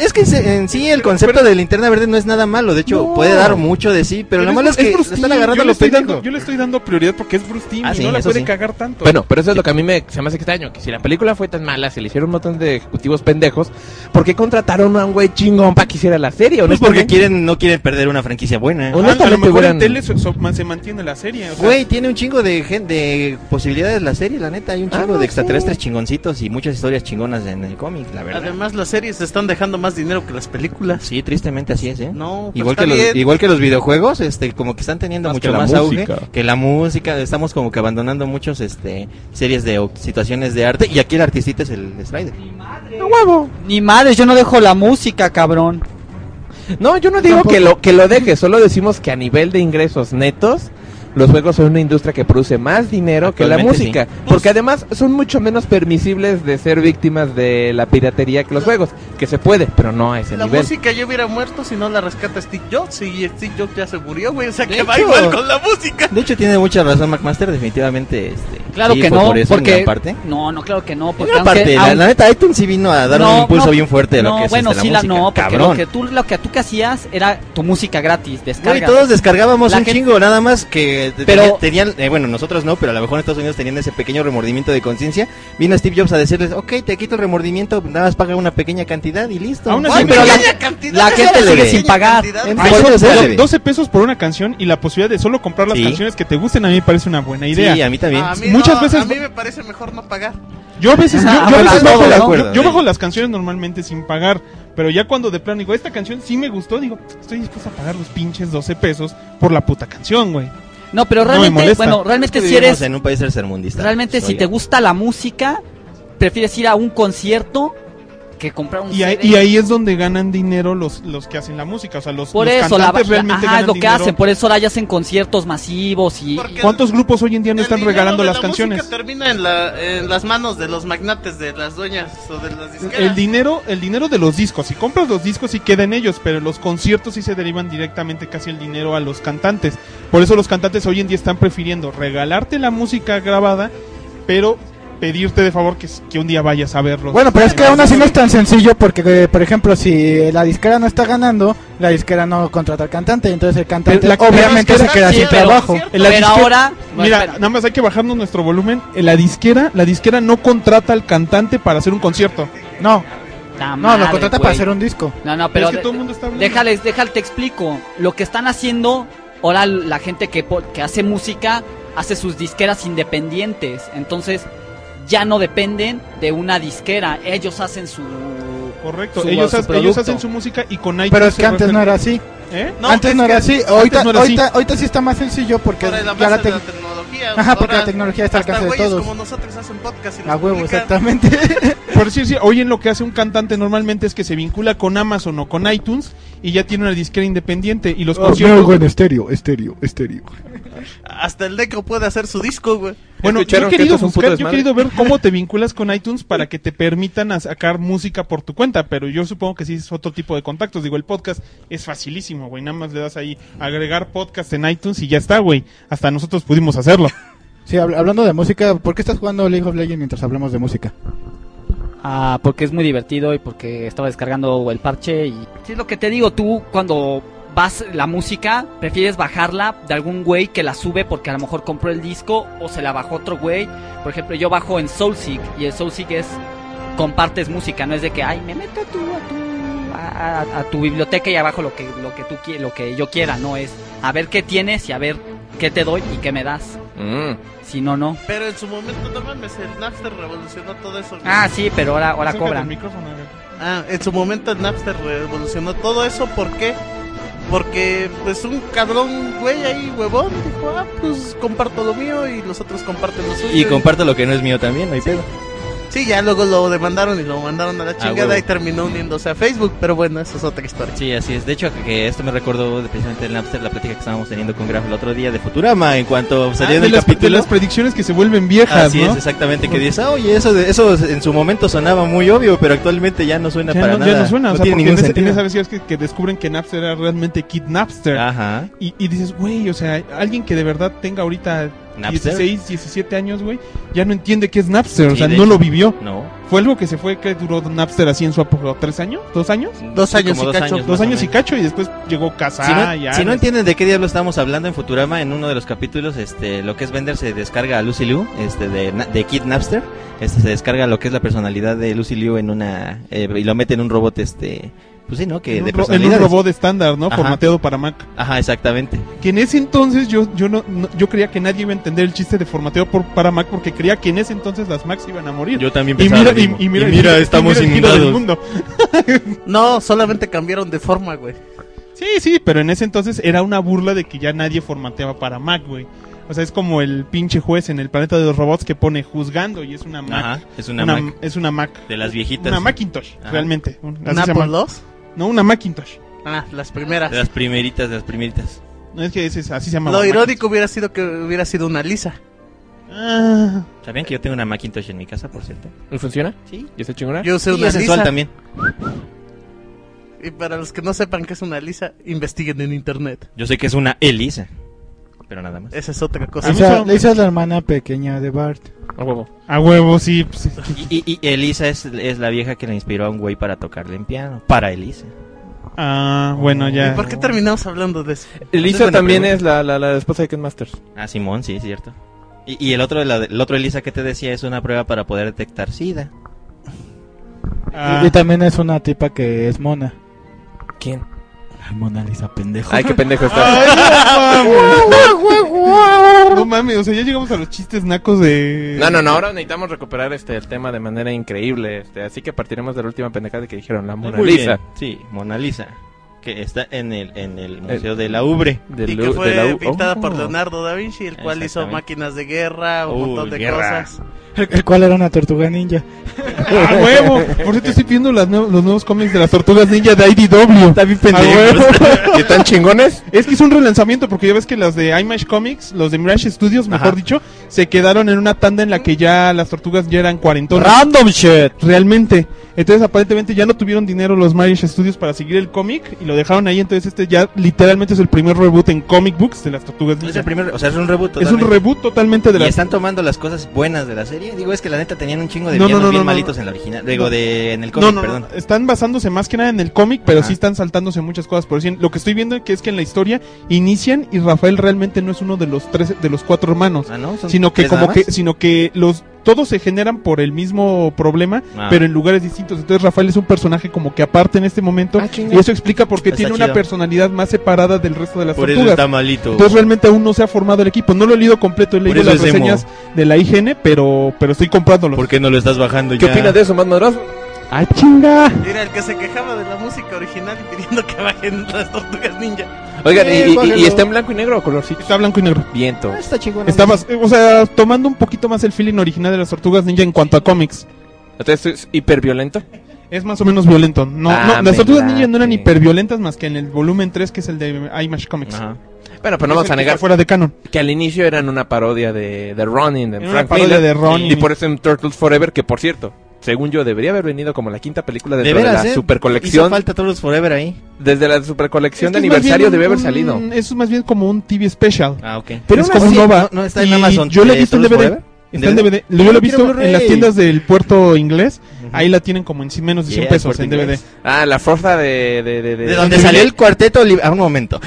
F: Es que se- en sí el concepto de linterna verde no es nada malo. De hecho,
C: No.
F: puede dar mucho de sí, pero lo
C: es-
F: malo es que
C: Bruce
F: le están
C: Timm,
F: agarrando
C: yo le,
F: los
C: estoy
F: pendejos.
C: dando, yo le estoy dando prioridad porque es Bruce Timm
F: Ah,
C: y
F: sí,
C: no la
F: eso
C: puede
F: sí.
C: cagar tanto.
B: Bueno, pero eso es lo que a mí me, se me hace extraño, que si la película fue tan mala, se le hicieron un montón de ejecutivos pendejos, ¿por qué contrataron a un güey chingón para que hiciera la serie?
F: Pues porque
B: Honestamente,
F: quieren, no quieren perder una franquicia buena.
C: Ah, a lo mejor en tele se, se- se mantiene la serie. o sea,
F: Güey, tiene un chingo de, gen- de posibilidades la serie, la neta.
L: Ah,
F: Hay un chingo de extraterrestres chingoncitos y muchas historias chingonas en el cómic, la verdad.
L: Además, las series están dejando más dinero que las películas.
F: Sí, tristemente así es, ¿eh?
L: No, pero
F: Igual
L: está
F: que, los,
L: bien.
F: igual que los videojuegos, este, como que están teniendo
L: Más
F: mucho
L: que la
F: más auge
L: música.
F: que la música. Estamos como que abandonando muchos este, series de o- situaciones de arte. Y aquí el artista es el Strider.
G: huevo! Ni madre, yo no dejo la música, cabrón.
B: No, yo no digo que lo, que lo deje, solo decimos que a nivel de ingresos netos, los juegos son una industria que produce más dinero que la
F: Actualmente,
B: música. Porque además son mucho menos permisibles de ser víctimas de la piratería que los juegos. Que se puede, pero no a
F: Este
B: ese
L: La
B: nivel.
L: música yo hubiera muerto si no la rescata Steve Jobs y Steve Jobs ya se murió, güey. O sea, que va
F: hecho.
L: igual con la música.
F: De hecho, tiene mucha razón McMaster, definitivamente. Este,
G: Claro
F: sí,
G: que
F: fue
G: no,
F: por eso, en
G: porque
F: gran parte.
G: no, no, claro que no,
F: En
G: porque
F: gran parte,
G: aunque-
F: la,
G: aun-
F: la neta, iTunes sí vino a dar un
G: No,
F: impulso
G: no,
F: bien fuerte de lo
G: no,
F: que es
G: bueno,
F: este, la
G: sí,
F: música.
G: la no, porque
F: Cabrón.
G: lo que tú lo que tú que hacías era tu música gratis, descarga.
F: Güey, todos descargábamos
G: La
F: un
G: gente-
F: chingo, nada más que te-
G: Pero-
F: tenían, tenían- eh, bueno, nosotros no, pero a lo mejor en Estados Unidos tenían ese pequeño remordimiento de conciencia. Vino Steve Jobs a decirles, ok, te quito el remordimiento, nada más paga una pequeña cantidad y listo.
C: Aún
F: Ay,
C: así,
F: pero
C: pequeña
F: la-
L: cantidad,
F: la
L: es
F: gente
L: una
F: le ve.
L: pequeña cantidad.
F: En
C: Ay,
F: cuanto
C: son
F: se le ve.
C: 12 pesos por una canción y la posibilidad de solo comprar las
F: Sí.
C: canciones que te gusten a mí me parece una buena idea.
F: Sí, a mí
G: Ah,
F: también.
L: A mí
C: Muchas
L: no,
C: veces
L: A mí me parece mejor no pagar.
C: yo a veces yo,
F: Ah,
C: yo a
F: bueno, a
C: veces
F: todos,
C: bajo, las-
F: de acuerdo,
C: yo- yo
F: sí.
C: bajo las canciones normalmente sin pagar, pero ya cuando de plano digo, esta canción sí me gustó, digo, estoy dispuesto a pagar los pinches 12 pesos por la puta canción, güey.
G: No, pero
C: No me
G: realmente,
C: molesta.
G: bueno, realmente
F: Es que
G: si eres
F: vivimos en un país tercermundista.
G: realmente si
F: Oiga.
G: te gusta la música, prefieres ir a un concierto que comprar un
C: Y ahí,
G: CD.
C: y ahí es donde ganan dinero los, los que hacen la música, o sea, los,
G: por
C: los
G: eso la
C: cantantes
G: la- ajá,
C: realmente
G: es
C: ganan
G: lo que
C: dinero.
G: hacen, por eso ahora ya hacen conciertos masivos y, y-
C: ¿Cuántos grupos hoy en día no están regalando
L: de
C: las
L: la
C: canciones?
L: música termina en, la- en las manos de los magnates, de las dueñas o de las disqueras.
C: El dinero, el dinero de los discos. Si compras los discos, sí queda en ellos, pero los conciertos sí se derivan directamente casi el dinero a los cantantes. Por eso los cantantes hoy en día están prefiriendo regalarte la música grabada, pero pedirte de favor que, s- que un día vayas a verlos.
J: Bueno, pero es que aún así no es tan sencillo porque, eh, por ejemplo, si la disquera no está ganando, la disquera no contrata al cantante, entonces el cantante
C: La-
J: obviamente se
C: la
J: queda sin
C: disquera-
J: trabajo.
C: En la
G: Pero
C: disquera-
G: ahora-
C: mira, nada más hay que bajarnos nuestro volumen. En la disquera, la disquera no contrata al cantante para hacer un concierto.
J: No.
G: La
J: No, lo
G: madre,
J: contrata
G: güey.
J: para hacer un disco.
G: No, no, pero
J: Es que
G: de-
J: todo
G: déjales, déjale, te explico. Lo que están haciendo ahora la gente que, po- que hace música hace sus disqueras independientes. Entonces ya no dependen de una disquera. Ellos hacen su
C: Correcto.
G: su-
C: ellos,
G: su
C: ha- ellos
G: producto.
C: hacen su música y con iTunes.
J: Pero es
C: se
J: que antes
C: refer-
J: no era así.
C: ¿Eh?
J: antes no era
B: es que
J: así,
B: antes
J: ahorita,
B: no era
J: ahorita, ahorita sí está más sencillo porque
B: Por el
J: ya
B: avance
J: la
B: de
J: tec-
B: la tecnología.
J: Ajá, porque la
B: ahora
J: tecnología está al
B: hasta
J: alcance de
B: güeyes
J: todos.
B: como nosotros hacen podcast y
J: A
B: nos
J: huevo,
B: publican.
J: exactamente. [laughs]
C: Por decir, sí, hoy en lo que hace un cantante normalmente es que se vincula con Amazon o con iTunes y ya tiene una disquera independiente y los
J: Oh,
C: conciertos.
A: en estéreo, estéreo, estéreo.
B: Hasta el Deco puede hacer su disco, güey.
C: Bueno, yo he querido buscar- yo he querido ver cómo te vinculas con iTunes para que te permitan a sacar música por tu cuenta, pero yo supongo que sí es otro tipo de contactos. Digo, el podcast es facilísimo, güey. Nada más le das ahí agregar podcast en iTunes y ya está, güey. Hasta nosotros pudimos hacerlo.
J: Sí, hab- hablando de música, ¿por qué estás jugando League of Legends mientras hablamos de música?
G: Ah, porque es muy divertido y porque estaba descargando el parche y... Sí, es lo que te digo, tú cuando vas la música, prefieres bajarla de algún güey que la sube porque a lo mejor compró el disco o se la bajó otro güey. Por ejemplo, yo bajo en Soulseek y el Soulseek es... Compartes música, no es de que, ay, me meto a tu, a tu, a, a- a tu biblioteca y abajo lo que, lo que tú qui- lo que yo quiera, no es a ver qué tienes y a ver qué te doy y qué me das.
B: Mm.
G: Si no, no.
B: Pero en su momento, no mames, el Napster revolucionó todo eso. güey.
G: Ah, sí, pero ahora, ahora
B: Acércate
G: cobran.
B: al Ah, en su momento el Napster revolucionó todo eso, ¿por qué? Porque pues un cabrón, güey, ahí huevón, dijo, ah, pues comparto lo mío y los otros comparten lo suyo.
F: Y comparto lo que no es mío también, no hay pedo. Ah,
B: Sí, ya luego lo demandaron y lo mandaron a la chingada
F: huevo.
B: y terminó uniéndose a Facebook, pero bueno, eso es otra historia.
F: Sí, así es. De hecho, que esto me recordó de precisamente el Napster, la plática que estábamos teniendo con Graf el otro día de Futurama, en cuanto salió
C: Ah, de,
F: del
C: las,
F: capítulo.
C: de las predicciones que se vuelven viejas,
F: Así
C: ¿no?
F: es, exactamente, que dices, ah, oye, eso, de- eso en su momento sonaba muy obvio, pero actualmente ya no suena
C: Ya
F: para
C: no, ya
F: nada.
C: no suena, o sea,
F: tiene
C: porque
F: ningún
C: en ese- en
F: sentido.
C: esa vez es que, que descubren que Napster era realmente Kid Napster.
F: Ah.
C: Y, y dices, güey, o sea, alguien que de verdad tenga ahorita
F: ¿Napster?
C: 16, 17 años, güey, ya no entiende qué es Napster, o
F: Sí,
C: sea,
F: de
C: no
F: hecho.
C: lo vivió.
F: No.
C: Fue algo que se fue, que duró Napster así en su apogeo, ¿tres años? ¿Dos años?
B: Dos
F: Mm, Sí, años como y dos cacho. años,
C: dos
F: más o
C: años y cacho, y después llegó Casa
F: Si
C: y
F: no, si no
C: Ares.
F: entienden de qué diablo estamos hablando en Futurama, en uno de los capítulos, este, lo que es Bender se descarga a Lucy Liu, este, de, Na- de Kid Napster, este, se descarga lo que es la personalidad de Lucy Liu en una, eh, y lo mete en un robot, este, pues sí, ¿no? Que
C: En
F: de
C: un ro- en un
F: personalidades.
C: robot estándar, ¿no? Formateado para Mac.
F: Ajá, exactamente.
C: Que en ese entonces yo, yo, no, no- yo creía que nadie iba a entender el chiste de formateo por, para Mac porque creía que en ese entonces las Macs iban a morir.
F: Yo también
C: y
F: pensaba
C: mira,
F: lo mismo.
C: Y, y mira,
F: Y mira,
C: y
F: estamos
C: mira el giro del
F: inundados.
C: mundo.
B: No, solamente cambiaron de forma, güey.
C: Sí, sí, pero en ese entonces era una burla de que ya nadie formateaba para Mac, güey. O sea, es como el pinche juez en el planeta de los robots que pone juzgando y es una Mac.
F: Ajá, es una Mac.
C: Es una Mac.
F: De las viejitas.
C: Una Macintosh,
F: Ajá.
C: realmente. Un- así
B: ¿Una
C: se llama.
B: Apple II?
C: No, una Macintosh.
B: Ah, las primeras.
F: De las primeritas, de las primeritas.
C: No es que ese es- así se llama.
B: Lo irónico hubiera sido que hubiera sido una lisa.
C: Ah,
F: ¿Sabían que yo tengo una Macintosh en mi casa, por cierto?
I: ¿Y funciona?
F: Sí.
I: ¿Y está chingona?
B: Yo usé
F: Y
B: una
F: es sensual
B: lisa.
F: también.
B: Y para los que no sepan qué es una lisa, investiguen en internet.
F: Yo sé que es una Elisa, pero nada más.
B: Esa es otra cosa.
J: O sea, le dices la hermana pequeña de Bart.
I: A huevo.
C: A huevo, sí. pues,
F: Y, y- y Elisa es, es la vieja que le inspiró a un güey para tocarle en piano. Para Elisa.
C: Ah, bueno,
B: ¿Y
C: ya.
B: por qué terminamos hablando de eso?
I: Elisa también es la, la, la esposa de Ken Masters.
F: Ah, Simón, sí, es cierto. Y, y el otro la- el otro Elisa que te decía es una prueba para poder detectar SIDA.
C: Ah.
J: Y, y también es una tipa que es mona.
I: ¿Quién?
J: Ay, Mona Lisa, pendejo.
I: Ay,
F: [laughs]
I: qué pendejo
C: Ay,
I: está.
C: Ah,
B: [laughs] Ah,
C: No mames, o sea, ya llegamos a los chistes nacos de.
I: No, no, no, ahora necesitamos recuperar este el tema de manera increíble, este, así que partiremos de la última pendejada que dijeron, la Mona
F: Muy
I: Lisa.
F: bien, Sí, Mona Lisa. Que está en el, en el Museo de la Ubre.
B: y que fue pintada
I: Oh.
F: Oh.
B: por Leonardo da Vinci,
G: Eh.
B: el cual hizo
F: Exactamente.
B: máquinas de guerra, un
F: Uh,
B: montón de
F: guerra.
B: cosas.
J: El, el cual era una tortuga ninja.
C: ¡A huevo! Por cierto, estoy viendo las nue- los nuevos cómics de las tortugas ninja de IDW. Está bien
A: pendejos. ¿Qué tan chingones?
C: [laughs] Es que es un relanzamiento, porque ya ves que las de Image Comics, los de Mirage Studios, mejor dicho, se quedaron en una tanda en la que ya las tortugas ya eran cuarentonas.
J: Random shit.
C: Realmente. Entonces, aparentemente ya no tuvieron dinero los Mirage Studios para seguir el cómic y lo dejaron ahí. Entonces, este ya literalmente es el primer reboot en comic books de las tortugas ninja.
F: Es el primer, o sea, es un reboot.
C: Es un
F: totalmente.
C: reboot totalmente de
F: Y
C: las
F: están tomando las cosas buenas de la serie. Digo, es que la neta tenían un chingo de
C: No, no,
F: villanos
C: no,
F: bien
C: no, no.
F: malitos en la original. Digo,
C: No.
F: de, en el cómic,
C: No, no, no.
F: perdón.
C: Están basándose más que nada en el cómic, pero
F: Ajá.
C: sí están saltándose muchas cosas. Por decir, lo que estoy viendo que es que en la historia inician y Rafael realmente no es uno de los tres, de los cuatro hermanos,
F: Ah, ¿no? Son
C: sino que
F: tres
C: como
F: nada
C: que,
F: más.
C: sino que los todos se generan por el mismo problema,
F: Ah.
C: pero en lugares distintos. Entonces Rafael es un personaje como que aparte en este momento
J: Ah,
F: chinga.
C: y eso explica por qué
F: Está
C: tiene una
F: chido.
C: personalidad más separada del resto de las
F: Por eso
C: tortugas.
F: está malito.
C: Entonces realmente aún no se ha formado el equipo. No lo he leído completo, he
F: Por
C: leído
F: eso
C: las
F: es emo.
C: reseñas de la IGN, pero pero estoy comprándolo.
F: ¿Por qué no lo estás bajando
I: ¿Qué
F: ya?
I: opinas de eso, más madroso?
M: ¡Ah, chinga!
I: Era el que se quejaba de la música original y pidiendo que bajen las tortugas ninja.
F: Oigan,
I: Eh,
F: y- y- y,
I: bájenlo.
F: está en blanco y negro o colorcito?
C: Está blanco y negro.
F: Viento.
I: Está chingón.
C: Está más, eh, o sea, tomando un poquito más el feeling original de las Tortugas Ninja en cuanto a cómics.
F: Entonces, ¿es hiperviolento?
C: Es más o menos violento. No,
F: Ah,
C: no, las
F: me
C: Tortugas
F: late.
C: Ninja no eran hiperviolentas más que en el volumen 3 que es el de Image Comics.
F: Bueno, pero
C: Es
F: no vamos
C: el
F: a
C: que
F: negar.
C: está Fuera de canon.
F: Que al inicio eran una parodia de, de Ronin, de
C: Era una
F: Frank
C: parodia
F: Miller,
C: de Ronin.
F: Y por eso en Turtles Forever, que por cierto, según yo, debería haber venido como la quinta película
H: De
F: dentro de,
H: veras,
F: la
H: ¿eh?
F: supercolección.
H: Hizo falta Turtles Forever ahí.
F: Desde la supercolección
C: Es
F: de
C: más
F: aniversario
C: bien
F: debe haber
C: un-
F: salido.
C: Eso es más bien como un TV special.
H: Ah, ok.
C: Pero es como un Nova.
H: No, no está en
C: Y
H: Amazon.
C: Yo lo he
H: eh,
C: visto en
H: Turtles
C: DVD.
H: Forever.
C: Está en DVD. Lo- Yo lo he
H: Yo quiero
C: visto en
H: Blu-ray.
C: las tiendas del puerto inglés. Ahí la tienen como en cien- menos de
H: Yeah,
C: 100 pesos
H: Puerto
C: en DVD. [laughs]
H: Inglés.
F: Ah, la fuerza de... De, de, de-
H: De donde salió el cuarteto libre. A un momento.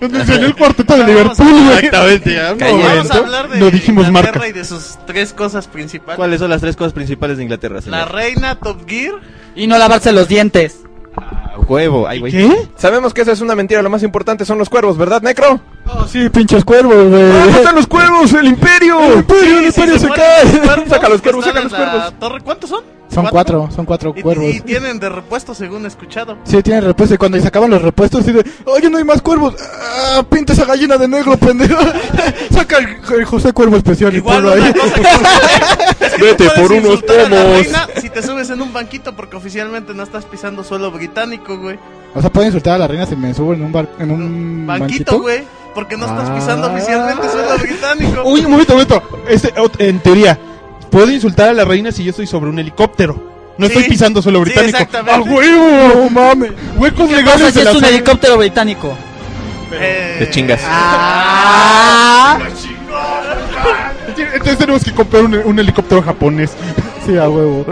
C: Donde salió el cuarteto de Liverpool, güey.
H: Exactamente, ya, un
C: Cállate.
H: momento.
I: Vamos a hablar de
C: No dijimos
I: Inglaterra
C: marca.
I: y de sus tres cosas principales.
H: ¿Cuáles son las tres cosas principales de Inglaterra,
I: La
H: señor?
I: reina, Top Gear.
G: Y no lavarse los dientes.
H: Ah, huevo. Ay, güey.
C: ¿Qué?
F: Sabemos que esa es una mentira, lo más importante son los cuervos, ¿verdad, Necro?
M: Oh, sí, pinches cuervos,
F: ¿Dónde
M: güey.
F: Ah, están los cuervos? ¡El imperio!
M: ¡El imperio, el
I: Sí, sí,
M: imperio se
I: mueren
M: cae!
I: los cuervos
F: Saca los
I: que
F: cuervos,
I: están
F: saca
I: en
F: los
I: la torre. ¿Cuántos son?
J: Son cuatro, son cuatro
I: Y-
J: cuervos.
I: Y, tienen de repuestos según he escuchado.
J: Sí, tiene repuesto. Y cuando se acaban los repuestos, dice: Oye, no hay más cuervos. Ah, pinta esa gallina de
C: [laughs]
J: negro, pendejo. Saca el, el José Cuervo especial y
I: Igual
J: ponlo ahí.
I: una cosa que es que
M: Vete
I: no puedes
M: por unos
I: insultar a la
M: pomos.
I: reina Si te subes en un banquito porque oficialmente no estás pisando suelo británico, güey.
J: O sea, pueden insultar a la reina si me subo en un, bar, en un
I: Banquito,
J: banquito.
I: güey. Porque no estás
J: Ah.
I: pisando oficialmente suelo británico.
C: Uy, un momento, un momento. Este, o- en teoría, puedo insultar a la reina si yo estoy sobre un helicóptero. No
I: Sí.
C: estoy pisando suelo
I: Sí,
C: británico.
I: exactamente.
C: ¡A huevo! ¡No mames! Huecos
G: ¿Qué pasa
C: legales
G: si
C: de
G: es
C: la
G: un
C: sal-
G: helicóptero británico?
I: Eh,
F: Te chingas.
G: Ah,
C: Entonces tenemos que comprar un, un helicóptero japonés. [laughs]
J: Sí, a huevo.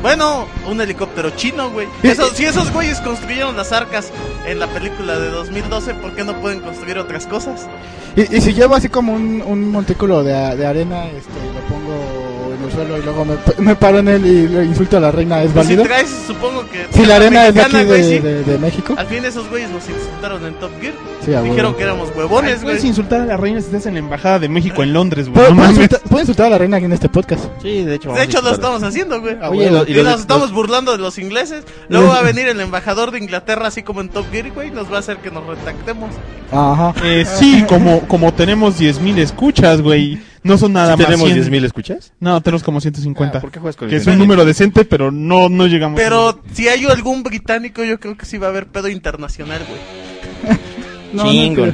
I: Bueno, un helicóptero chino, güey. Eso- si esos güeyes construyeron las arcas en la película de 2012, ¿por qué no pueden construir otras cosas?
J: Y, y si llevo así como un, un montículo de, a- de arena, este, lo pongo en el suelo y luego me, me paro en él y le insulto a la reina, ¿es
I: Pues si
J: válido?
I: traes, supongo que.
J: Si la arena es de aquí
I: Mexicana, güey,
J: de,
I: sí.
J: de- de México.
I: Al fin esos güeyes nos insultaron en Top Gear.
J: Sí, a
I: Dijeron
J: huevo.
I: que éramos
C: Ay,
I: huevones,
C: Puedes
I: güey.
C: insultar a la reina si estás en la embajada de México en Londres, güey.
J: ¿Puedo,
C: No
J: puedo
C: mames.
J: insultar, puedo insultar a la reina aquí en este podcast?
H: Sí, de hecho.
I: De hecho, lo
H: los
I: estamos haciendo, güey.
H: Ah, güey, lo-
I: y
H: y lo-
I: nos
H: los-
I: estamos burlando de los ingleses. Luego va a venir el embajador de Inglaterra, así como en Top Gear, güey, y nos va a hacer que nos retractemos.
J: Ajá.
C: Eh, sí, como, como tenemos 10.000 escuchas, güey. No son nada más.
M: ¿Tenemos
C: 100.
M: 10.000 escuchas?
C: No, tenemos como 150.
M: Ah, ¿Por qué juegas con
C: que
M: el
C: es un número decente, pero no, no llegamos.
I: Pero si hay algún británico, yo creo que sí va a haber pedo internacional, güey.
C: [laughs]
J: No, no
H: Chingo.
C: a-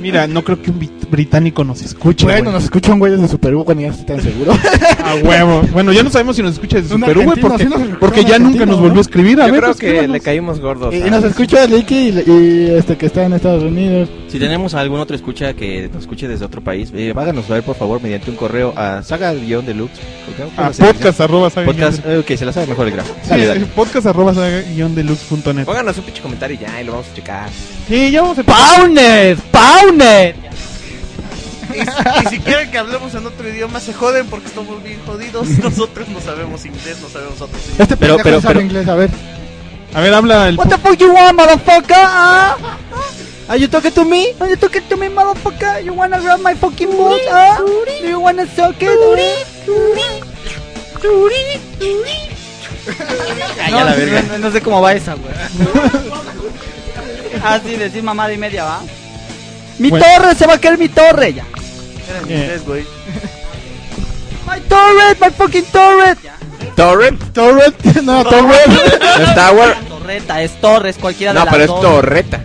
C: Mira, no creo que un bit- británico nos escuche.
J: Bueno,
C: güey.
J: nos escuchan güeyes de Super U cuando ya están seguros.
C: A huevo. Bueno, ya no sabemos si nos escucha desde
J: Un
C: Perú, güey,
J: argentino,
C: porque,
J: sí nos escucha
C: porque
J: un
C: ya nunca
J: argentino,
C: nos volvió a
J: ¿no?
C: escribir. A
F: Yo
C: ver,
F: creo
C: pues,
F: que le
C: escríbanos.
F: caímos gordos. ¿ah?
J: y, y
F: a-
J: nos escucha Licky y, y, este que está en Estados Unidos.
H: Si tenemos a algún otro escucha que nos escuche desde otro país, eh, háganos saber por favor mediante un correo a saga-deluxe.
C: a podcast arroba saga-
H: Podcast, eh, ok, se la sabe mejor el grafo.
C: Sí,
H: Dale,
C: eh,
H: dale.
C: podcast arroba saga guión deluxe punto net.
F: Pónganos un pinche comentario y ya, y lo vamos a checar.
C: Sí, ya vamos a
G: Powner, Powner.
I: Y, y si quieren que hablemos en otro idioma, se joden porque estamos bien jodidos. Nosotros no sabemos inglés, no sabemos otros idiomas.
J: Este
H: Pero-
J: pendejo
H: pero-
J: no sabe
H: pero-
J: inglés, a ver.
C: A ver, habla el.
G: What the fuck you want, motherfucker? Ah? Are you talking to me? Are you talking to me, motherfucker? You wanna grab my fucking balls? Ah? Do you wanna suck it? No,
H: la verga.
G: no- no sé cómo va esa, güey. [laughs] ah, sí, decir mamada y media, ¿va? ¡Mi
C: Bueno.
G: torre! ¡Se va a caer mi torre! Ya.
I: Era en
C: Eh.
I: inglés, güey.
G: ¡My torret! ¡My fucking torret! Ya.
F: ¿Torrent?
C: [laughs]
J: Torrent, no, Torrent.
F: ¿Es Tower?
G: Torreta, es torres, cualquiera de
F: No,
G: las
F: pero es
G: dos.
F: torreta.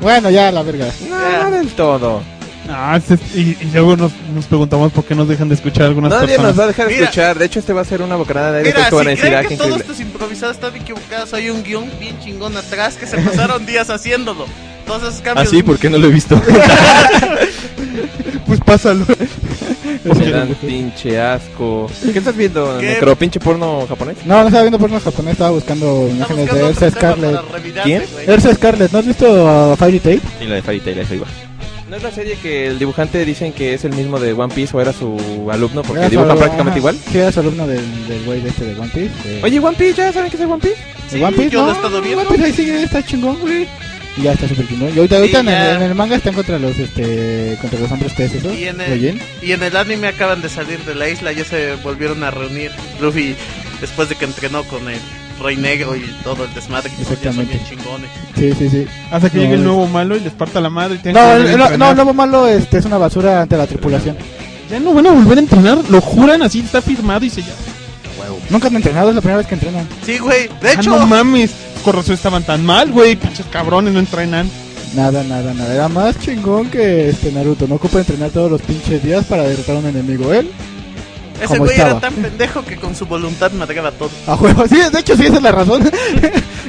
J: Bueno, ya, la verga.
F: No, no del todo.
C: Ah, este- y, y luego nos, nos preguntamos por qué nos dejan de escuchar algunas
F: Nadie
C: personas.
F: nos va a dejar
I: Mira.
F: escuchar. De hecho, este va a ser una bocanada de aire
I: Mira,
F: fresco.
I: si
F: Van a
I: creen
F: decir, ah,
I: que
F: qué
I: todos
F: increíble.
I: estos improvisados están equivocados, hay un guión bien chingón atrás que se
F: [laughs]
I: pasaron días haciéndolo. Todos esos cambios.
M: Así, ¿por qué no lo he visto?
C: Pues pásalo. Este,
F: Me dan pinche asco. ¿Qué estás viendo,
I: ¿Qué?
F: necro? ¿Pinche porno japonés?
J: No, no estaba viendo porno japonés, estaba buscando
I: Está
J: imágenes
I: buscando
J: de
I: otro
J: Elsa
I: tema para
J: Scarlett.
I: revirarse,
F: ¿Quién?
I: güey.
J: Elsa Scarlett, ¿no has visto a Fairy Tail?
H: Sí, la de Fairy Tail, eso iba.
F: ¿No es la serie que el dibujante dicen que es el mismo de One Piece o era su alumno porque
J: Era su
F: dibujan
J: alumno,
F: prácticamente
J: ajá.
F: igual?
J: Sí, eras alumno del, del güey de este de One Piece. de-
F: Oye, One Piece, ¿ya saben qué es el One Piece?
J: de One Piece,
I: yo
J: no,
I: lo he estado viendo.
J: One Piece ahí sigue, está chingón, güey. Y ya está súper chingón. Y ahorita, ahorita en,
I: ya.
J: el, en el manga están contra los, este, contra los hombres peces, ¿no?
I: Y en
J: ¿Lo
I: el,
J: oyen?
I: y en el anime acaban de salir de la isla, ya se volvieron a reunir. Luffy, después de que entrenó con el Rey Negro y todo el desmadre que ya son bien
J: Exactamente.
I: chingones.
J: Sí, sí, sí.
C: Hasta que
J: No,
C: llegue el
J: es-
C: nuevo malo y les parta la madre. y tengan
J: No,
C: que volver
J: el-
C: a
J: el- no,
C: entrenar.
J: el lobo malo este, es una basura ante la tripulación.
C: Ya no van a volver a entrenar, lo juran así, está firmado y se ya.
J: Nunca han entrenado, es la primera vez que entrenan.
I: Sí, güey, de
C: hecho. Ah, no mames, con razón estaban tan mal, güey, pinches cabrones, no entrenan.
J: Nada, nada, nada. Era más chingón que este Naruto. No ocupa entrenar todos los pinches días para derrotar a un enemigo. Él.
I: Ese
J: como
I: güey
J: estaba.
I: era tan pendejo que con su voluntad mataba todo.
J: A huevo. Sí, de hecho, sí, esa es la razón. [laughs]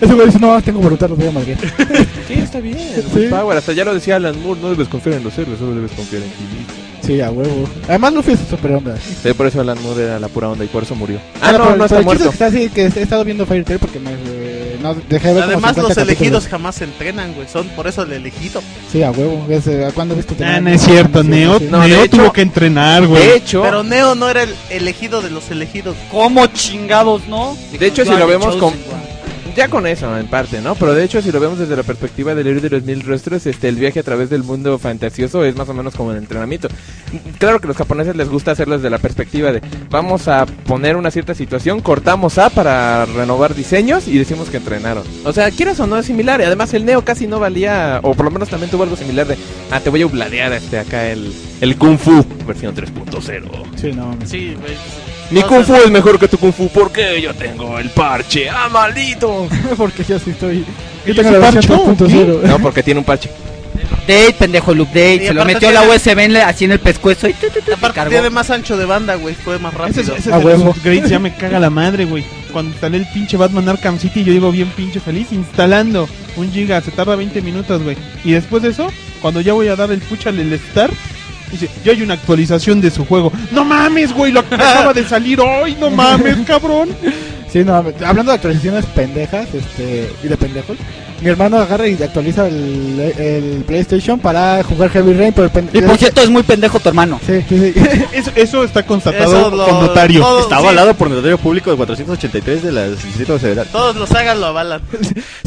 J: Ese güey dice: No, tengo voluntad, los voy a madrear.
F: Sí, está bien.
J: Sí.
F: Power, hasta ya lo decía Alan Moore, no debes confiar en los héroes, solo debes confiar en ti mismo.
J: Sí, a huevo. Además, Luffy es superhombre.
F: Sí, por eso Alan Moore era la pura onda y por eso murió.
J: Ah, no, no, está muerto. Está así, que he estado viendo Fire Tail porque me eh, no dejé de ver como
I: Además,
J: 50
I: los
J: capítulos.
I: elegidos jamás se entrenan, güey. Son por eso el elegido.
J: Sí, a huevo. Es, eh, ¿Cuándo viste
C: Ah, no es cierto, Neo, Neo tuvo que entrenar, güey.
I: Pero Neo no era el elegido de los elegidos.
G: ¿Cómo chingados, no?
F: De hecho, si lo vemos con... Ya con eso, en parte, ¿no? Pero de hecho, si lo vemos desde la perspectiva del héroe de los mil rostros, este, el viaje a través del mundo fantasioso es más o menos como el entrenamiento. Claro que a los japoneses les gusta hacerlo desde la perspectiva de vamos a poner una cierta situación, cortamos A para renovar diseños y decimos que entrenaron. O sea, quieras o no es similar. Y además el Neo casi no valía, o por lo menos también tuvo algo similar de, ah, te voy a ubladear este, acá el, el Kung Fu versión 3.0.
J: Sí, no.
I: Sí, güey.
F: Mi
I: No,
F: Kung
I: o
F: Fu
I: sea,
F: es mejor que tu Kung Fu porque yo tengo el parche. ¡Ah, maldito!
J: [laughs] porque yo sí estoy.
F: ¿Y
J: Yo tengo la
F: ese
J: versión
F: parche?
J: 3.0.
F: [laughs] No, porque tiene un parche.
G: Update, pendejo, el update.
I: Y
G: se lo
I: aparte
G: metió la
I: tiene-
G: USB en la- así en el pescuezo y tu, tu, tu, y cargó.
I: Tiene más ancho de banda, güey. Fue más
C: Ese
I: rápido.
C: es, ese es de los upgrades, ya me caga la madre, güey. Cuando instalé el pinche Batman Arkham City, yo digo bien pinche feliz, instalando un giga, se tarda 20 minutos, güey. Y después de eso, cuando ya voy a dar el push al el start, dice, ya hay una actualización de su juego. No mames, güey, lo que acaba de salir hoy,
I: [laughs]
C: no mames, cabrón.
J: [laughs] Sí, no, hablando de actualizaciones pendejas este, y de pendejos, mi hermano agarra y actualiza el, el PlayStation para jugar Heavy Rain. Pero el pen-
G: Y por cierto, es muy pendejo tu hermano.
J: Sí, sí, [laughs] sí.
C: Eso, eso está
I: Eso
C: constatado
I: lo-
C: con notario.
I: todo-
N: Está
I: sí.
N: avalado por notario público de 483 de la Distrito de Several.
I: Todos los sagas lo avalan.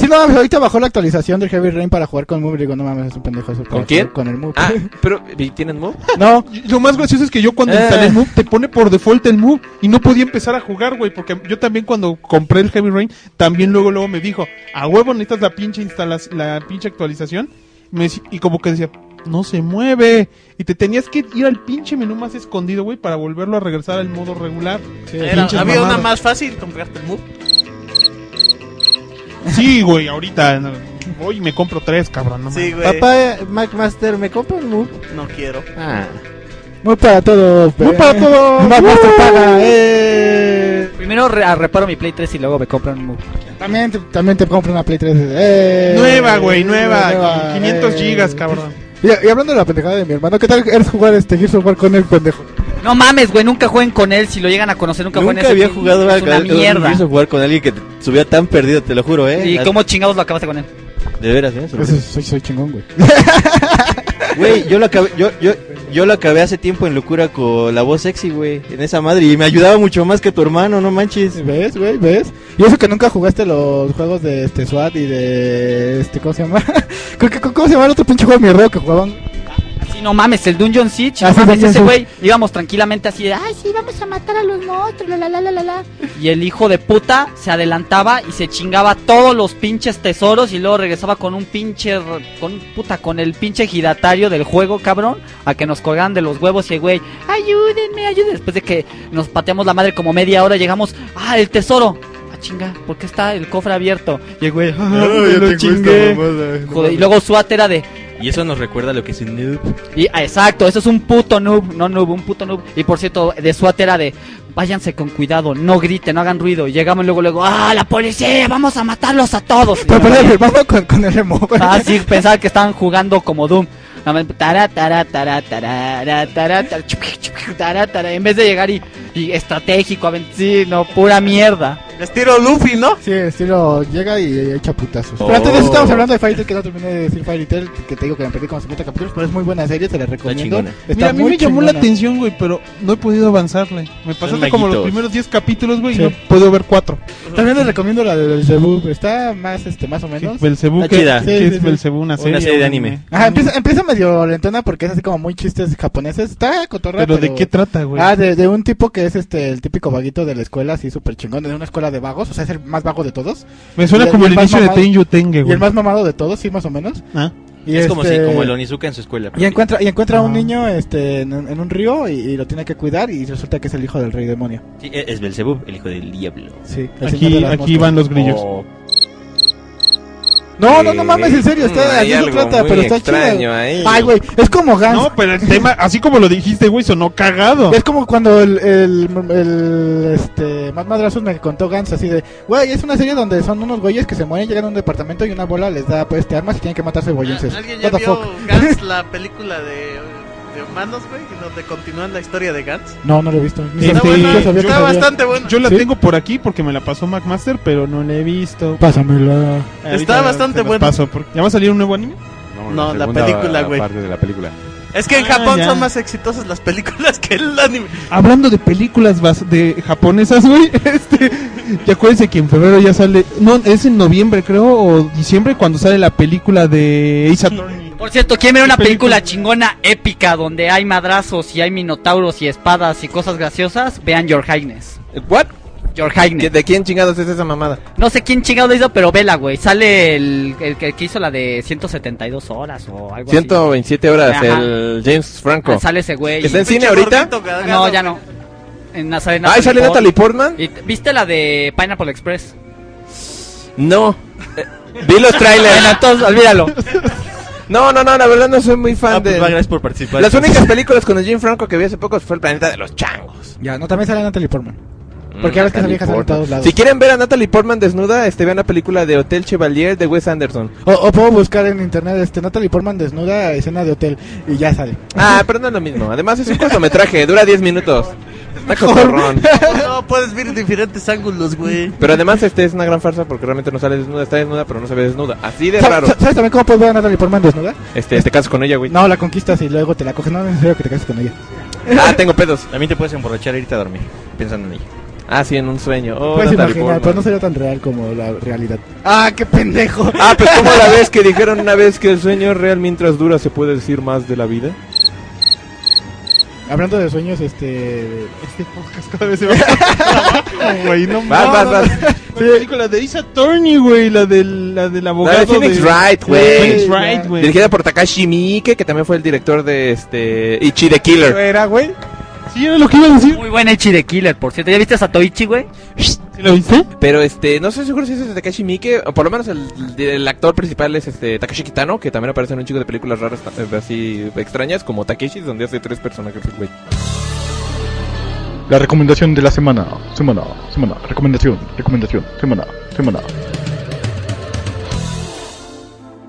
J: Sí, no mames, ahorita bajó la actualización del Heavy Rain para jugar con Move. Digo, no mames, es un pendejo eso.
F: ¿Con quién?
J: Con el Move.
F: Ah, pero ¿y ¿tienen move?
J: No.
C: Lo más gracioso es que yo cuando
F: Eh.
C: instalé el Move te pone por default el Move y no podía empezar a jugar, güey, porque yo también cuando compré el Heavy Rain, también luego luego me dijo, "A huevo necesitas la pinche instalas la pinche actualización." Me decí- y como que decía, "No se mueve." Y te tenías que ir al pinche menú más escondido, güey, para volverlo a regresar al modo regular.
I: Era-
C: Pinches
I: había una
C: mamadas.
I: más fácil, comprarte el move.
C: Sí, güey, ahorita no, voy y me compro tres, cabrón, no
I: Sí,
C: mames.
I: güey.
N: Papá, Mac Master, ¿me compra un move?
I: No quiero.
N: Ah.
J: Muy para todo.
N: Muy para todo.
J: Más Master
N: Uh.
J: paga. eh.
G: Primero re- ah, reparo mi Play 3 y luego me compran un move.
J: También, te- también te compro una Play 3. eh.
C: Nueva, güey, nueva, con 500
J: eh.
C: gigas, cabrón.
J: Y, y hablando de la pendejada de mi hermano, ¿qué tal eres jugar este Gears of War con el pendejo?
G: No mames, güey, nunca jueguen con él. Si lo llegan a conocer, nunca, jueguen
N: Nunca
G: ese
N: había
G: güey,
N: jugado
G: Es una
N: a-
G: mierda.
N: Gears of War con alguien que te subía tan perdido, te lo juro, ¿eh?
G: ¿Y
N: Al-
G: cómo chingados lo acabaste con él?
N: De veras, ¿eh? Sorpresa.
J: Eso- soy, soy chingón, güey. [laughs]
N: Güey, yo lo acabé, yo, yo, yo lo acabé hace tiempo en locura con la voz sexy, güey, en esa madre, y me ayudaba mucho más que tu hermano, no manches.
J: ¿Ves, güey? ¿Ves? Y eso que nunca jugaste los juegos de este SWAT y de este ¿cómo se llama? [laughs] ¿Cómo, cómo- cómo se llama el otro pinche juego mierda que jugaban?
G: Sí, no mames, el Dungeon Siege.
J: Ah,
G: No
J: sí,
G: mames,
J: Dungeon
G: ese
J: Siege.
G: güey íbamos tranquilamente así de ay.
D: Ay, sí, vamos a matar a los monstruos, la la la la la la.
G: Y el hijo de puta se adelantaba y se chingaba todos los pinches tesoros y luego regresaba con un pinche. r- con puta, con el pinche giratario del juego, cabrón. A que nos colgaran de los huevos y el güey, ayúdenme, ayúdenme. Después de que nos pateamos la madre como media hora, llegamos, ah, el tesoro. Ah, chinga, ¿por qué está el cofre abierto? Y el güey, [laughs] ah, me lo chingué. Joder, y luego SWAT era de,
H: Y eso nos recuerda lo que es un noob.
G: Y, ah, exacto, eso es un puto noob, no noob, un puto noob. Y por cierto, de SWAT era de, váyanse con cuidado, no griten, no hagan ruido. Y llegamos luego, luego, ¡ah, la policía! ¡Vamos a matarlos a todos!
J: Pero perdón, mi hermano con, con el remojo.
G: Ah, sí, pensaba que estaban jugando como Doom. Nada más, tará, tará, tará, tará, tará, tará, tará, chupic, chupic, tará, tará, En vez de llegar y, y estratégico, aven- sí, no, pura mierda.
I: Estilo Luffy, ¿no?
J: Sí, estilo llega y echa putazos.
I: Oh.
J: Pero antes de eso estamos hablando de Fairy Tail, que no terminé de decir Fairy Tail, que te digo que me perdí como 50 capítulos, pero es muy buena serie, te la recomiendo.
H: chingona.
J: Está
C: Mira, a mí
J: muy
C: me llamó la
J: chingona.
C: atención, güey, pero no he podido avanzarle. Me pasaste como los
J: laguitos.
C: primeros 10 capítulos, güey,
J: Sí.
C: y no pues, puedo ver 4.
J: También les recomiendo la de Belzebub, está más este más o menos.
C: Belcebú, Está que- chida. que es Belcebú, una serie, Ah, un anime.
J: Ajá, empieza, empieza medio lentona porque es así como muy chistes japoneses. Está cotorra,
C: ¿Pero de qué trata, güey?
J: Ah, de, de un tipo que es este el típico vaguito de la escuela, así súper chingón, de una escuela de vagos, o sea, es el más vago de todos.
C: Me suena
J: Y-
C: como
J: y
C: el
J: más
C: inicio de Tenyu Tenge,
J: Y
C: güey.
J: el más mamado de todos, sí, más o menos.
C: Ah.
J: Y
H: es como
J: este-
H: si, como el Onizuka en su escuela.
J: y encuentra, y encuentra a un niño este, en, en un río y, y lo tiene que cuidar y resulta que es el hijo del rey demonio.
H: Sí, es es Belzebub, el hijo del diablo.
J: Sí, el señor de
C: Aquí,
J: las
C: aquí
J: moscas.
C: van los grillos.
I: Oh.
J: No, no, no mames, en serio,
C: Mm,
J: está,
C: hay
J: así se
C: algo
J: trata,
C: muy
J: pero está
C: extraño
J: chido.
C: ahí.
J: Ay, güey, es como Gans.
C: No, pero el tema, así como lo dijiste, güey, sonó cagado.
J: Es como cuando el, el, el, este, Mad Madrazos me contó Gans así de, güey, es una serie donde son unos güeyes que se mueren, llegan a un departamento y una bola les da, pues, este, armas y tienen que matarse boyenses.
I: ¿Alguien ya
J: What the
I: vio
J: fuck?
I: Gans, la película de, de humanos, güey? en Donde continúan la historia de Gans.
J: [laughs] No, no lo he visto. Ni
C: Este,
J: sabía- ni sabía que
I: está
J: sabía.
I: bastante bueno.
C: Yo la
J: ¿Sí?
C: tengo por aquí porque me la pasó McMaster, pero no la he visto.
J: Pásamela.
C: Ahorita
I: Está
C: se
I: bastante
C: las
I: bueno.
C: paso, porque- ¿Ya va a salir un nuevo anime?
I: No, la segunda película, güey.
K: parte de la película.
I: Es que en
C: Ah,
I: Japón
C: ya.
I: son más exitosas las películas que el anime.
C: Hablando de películas bas- de japonesas, güey, [laughs] este, y acuérdense que en febrero ya sale, no, es en noviembre creo, o diciembre, cuando sale la película de Ace Attorney.
G: Por cierto, ¿quién ver una película chingona épica donde hay madrazos y hay minotauros y espadas y cosas graciosas? Vean Your Highness.
F: ¿What?
G: Your Highness.
F: ¿De quién chingados es esa mamada?
G: No sé quién chingado hizo, pero vela, güey. Sale el, el que el que hizo la de 172 horas o algo así.
F: 127 horas,
G: Ajá.
F: el James Franco.
G: Ah, sale ese güey. Ah,
F: ¿Está en cine ahorita?
G: No, ya no. En Nazareth.
F: Ay, Ah, sale Natalie Portman.
G: ¿Y t- ¿Viste la de Pineapple Express?
F: No. Vi los trailers.
G: Bueno, entonces, olvídalo.
F: No, no, no, la verdad no soy muy fan
H: Ah, pues,
F: de.
H: va, gracias por participar.
F: Las únicas películas con el Jim Franco que vi hace poco fue El Planeta de los Changos.
J: Ya, no, también sale Natalie Portman.
C: Mm,
J: Porque ahora es que esa
F: Natalie
J: vieja sale en
F: Portman.
J: todos lados.
F: Si quieren ver a Natalie Portman desnuda, este, vean la película de Hotel Chevalier de Wes Anderson.
J: O, o puedo buscar en internet, este, Natalie Portman desnuda, escena de hotel, y ya sale.
F: Ah, pero no es lo mismo. Además, es un cortometraje, dura 10 minutos. Está cotorrón.
I: [laughs] No, puedes ver diferentes ángulos, güey.
F: Pero además, este es una gran farsa porque realmente no sale desnuda. Está desnuda, pero no se ve desnuda. Así de
J: ¿Sabes-
F: raro.
J: ¿Sabes también cómo puedes ver a Natalie Portman desnuda?
F: Este, te casas con ella, güey.
J: No, la conquistas y luego te la coges. No, no es necesario que te cases con ella.
F: Ah, tengo pedos.
H: También te puedes emborrachar e irte a dormir, pensando en ella.
F: Ah, sí, en un sueño. Oh,
J: puedes
F: Natalie Portman.
J: imaginar, pero no sería tan real como la realidad. ¡Ah, qué pendejo!
F: Ah, pues como la vez que dijeron una vez que el sueño real mientras dura se puede decir más de la vida.
J: Hablando de sueños, este.
C: Este podcast cada vez se va más güey, no mames.
F: vas, vas.
C: La película de Ace Attorney, güey, la del, la del abogado.
F: La de Phoenix
C: de-
F: Wright,
C: la de Phoenix
F: güey.
C: Wright, güey.
F: Dirigida por Takashi Miike, que también fue el director de este Ichi the Killer.
C: era, güey? Sí, era lo que iba a decir.
G: Muy buena Ichi de Killer, por cierto. ¿Ya viste a Satoichi, güey?
C: ¿Lo viste?
F: Pero este, no estoy seguro si ese es de Takashi Miike, o por lo menos el, el actor principal es este Takashi Kitano, que también aparece en un chico de películas raras ta- eh, así extrañas como Takeshi, donde hace tres personajes, güey.
O: La recomendación de la semana, semana, semana, recomendación, recomendación, semana, semana.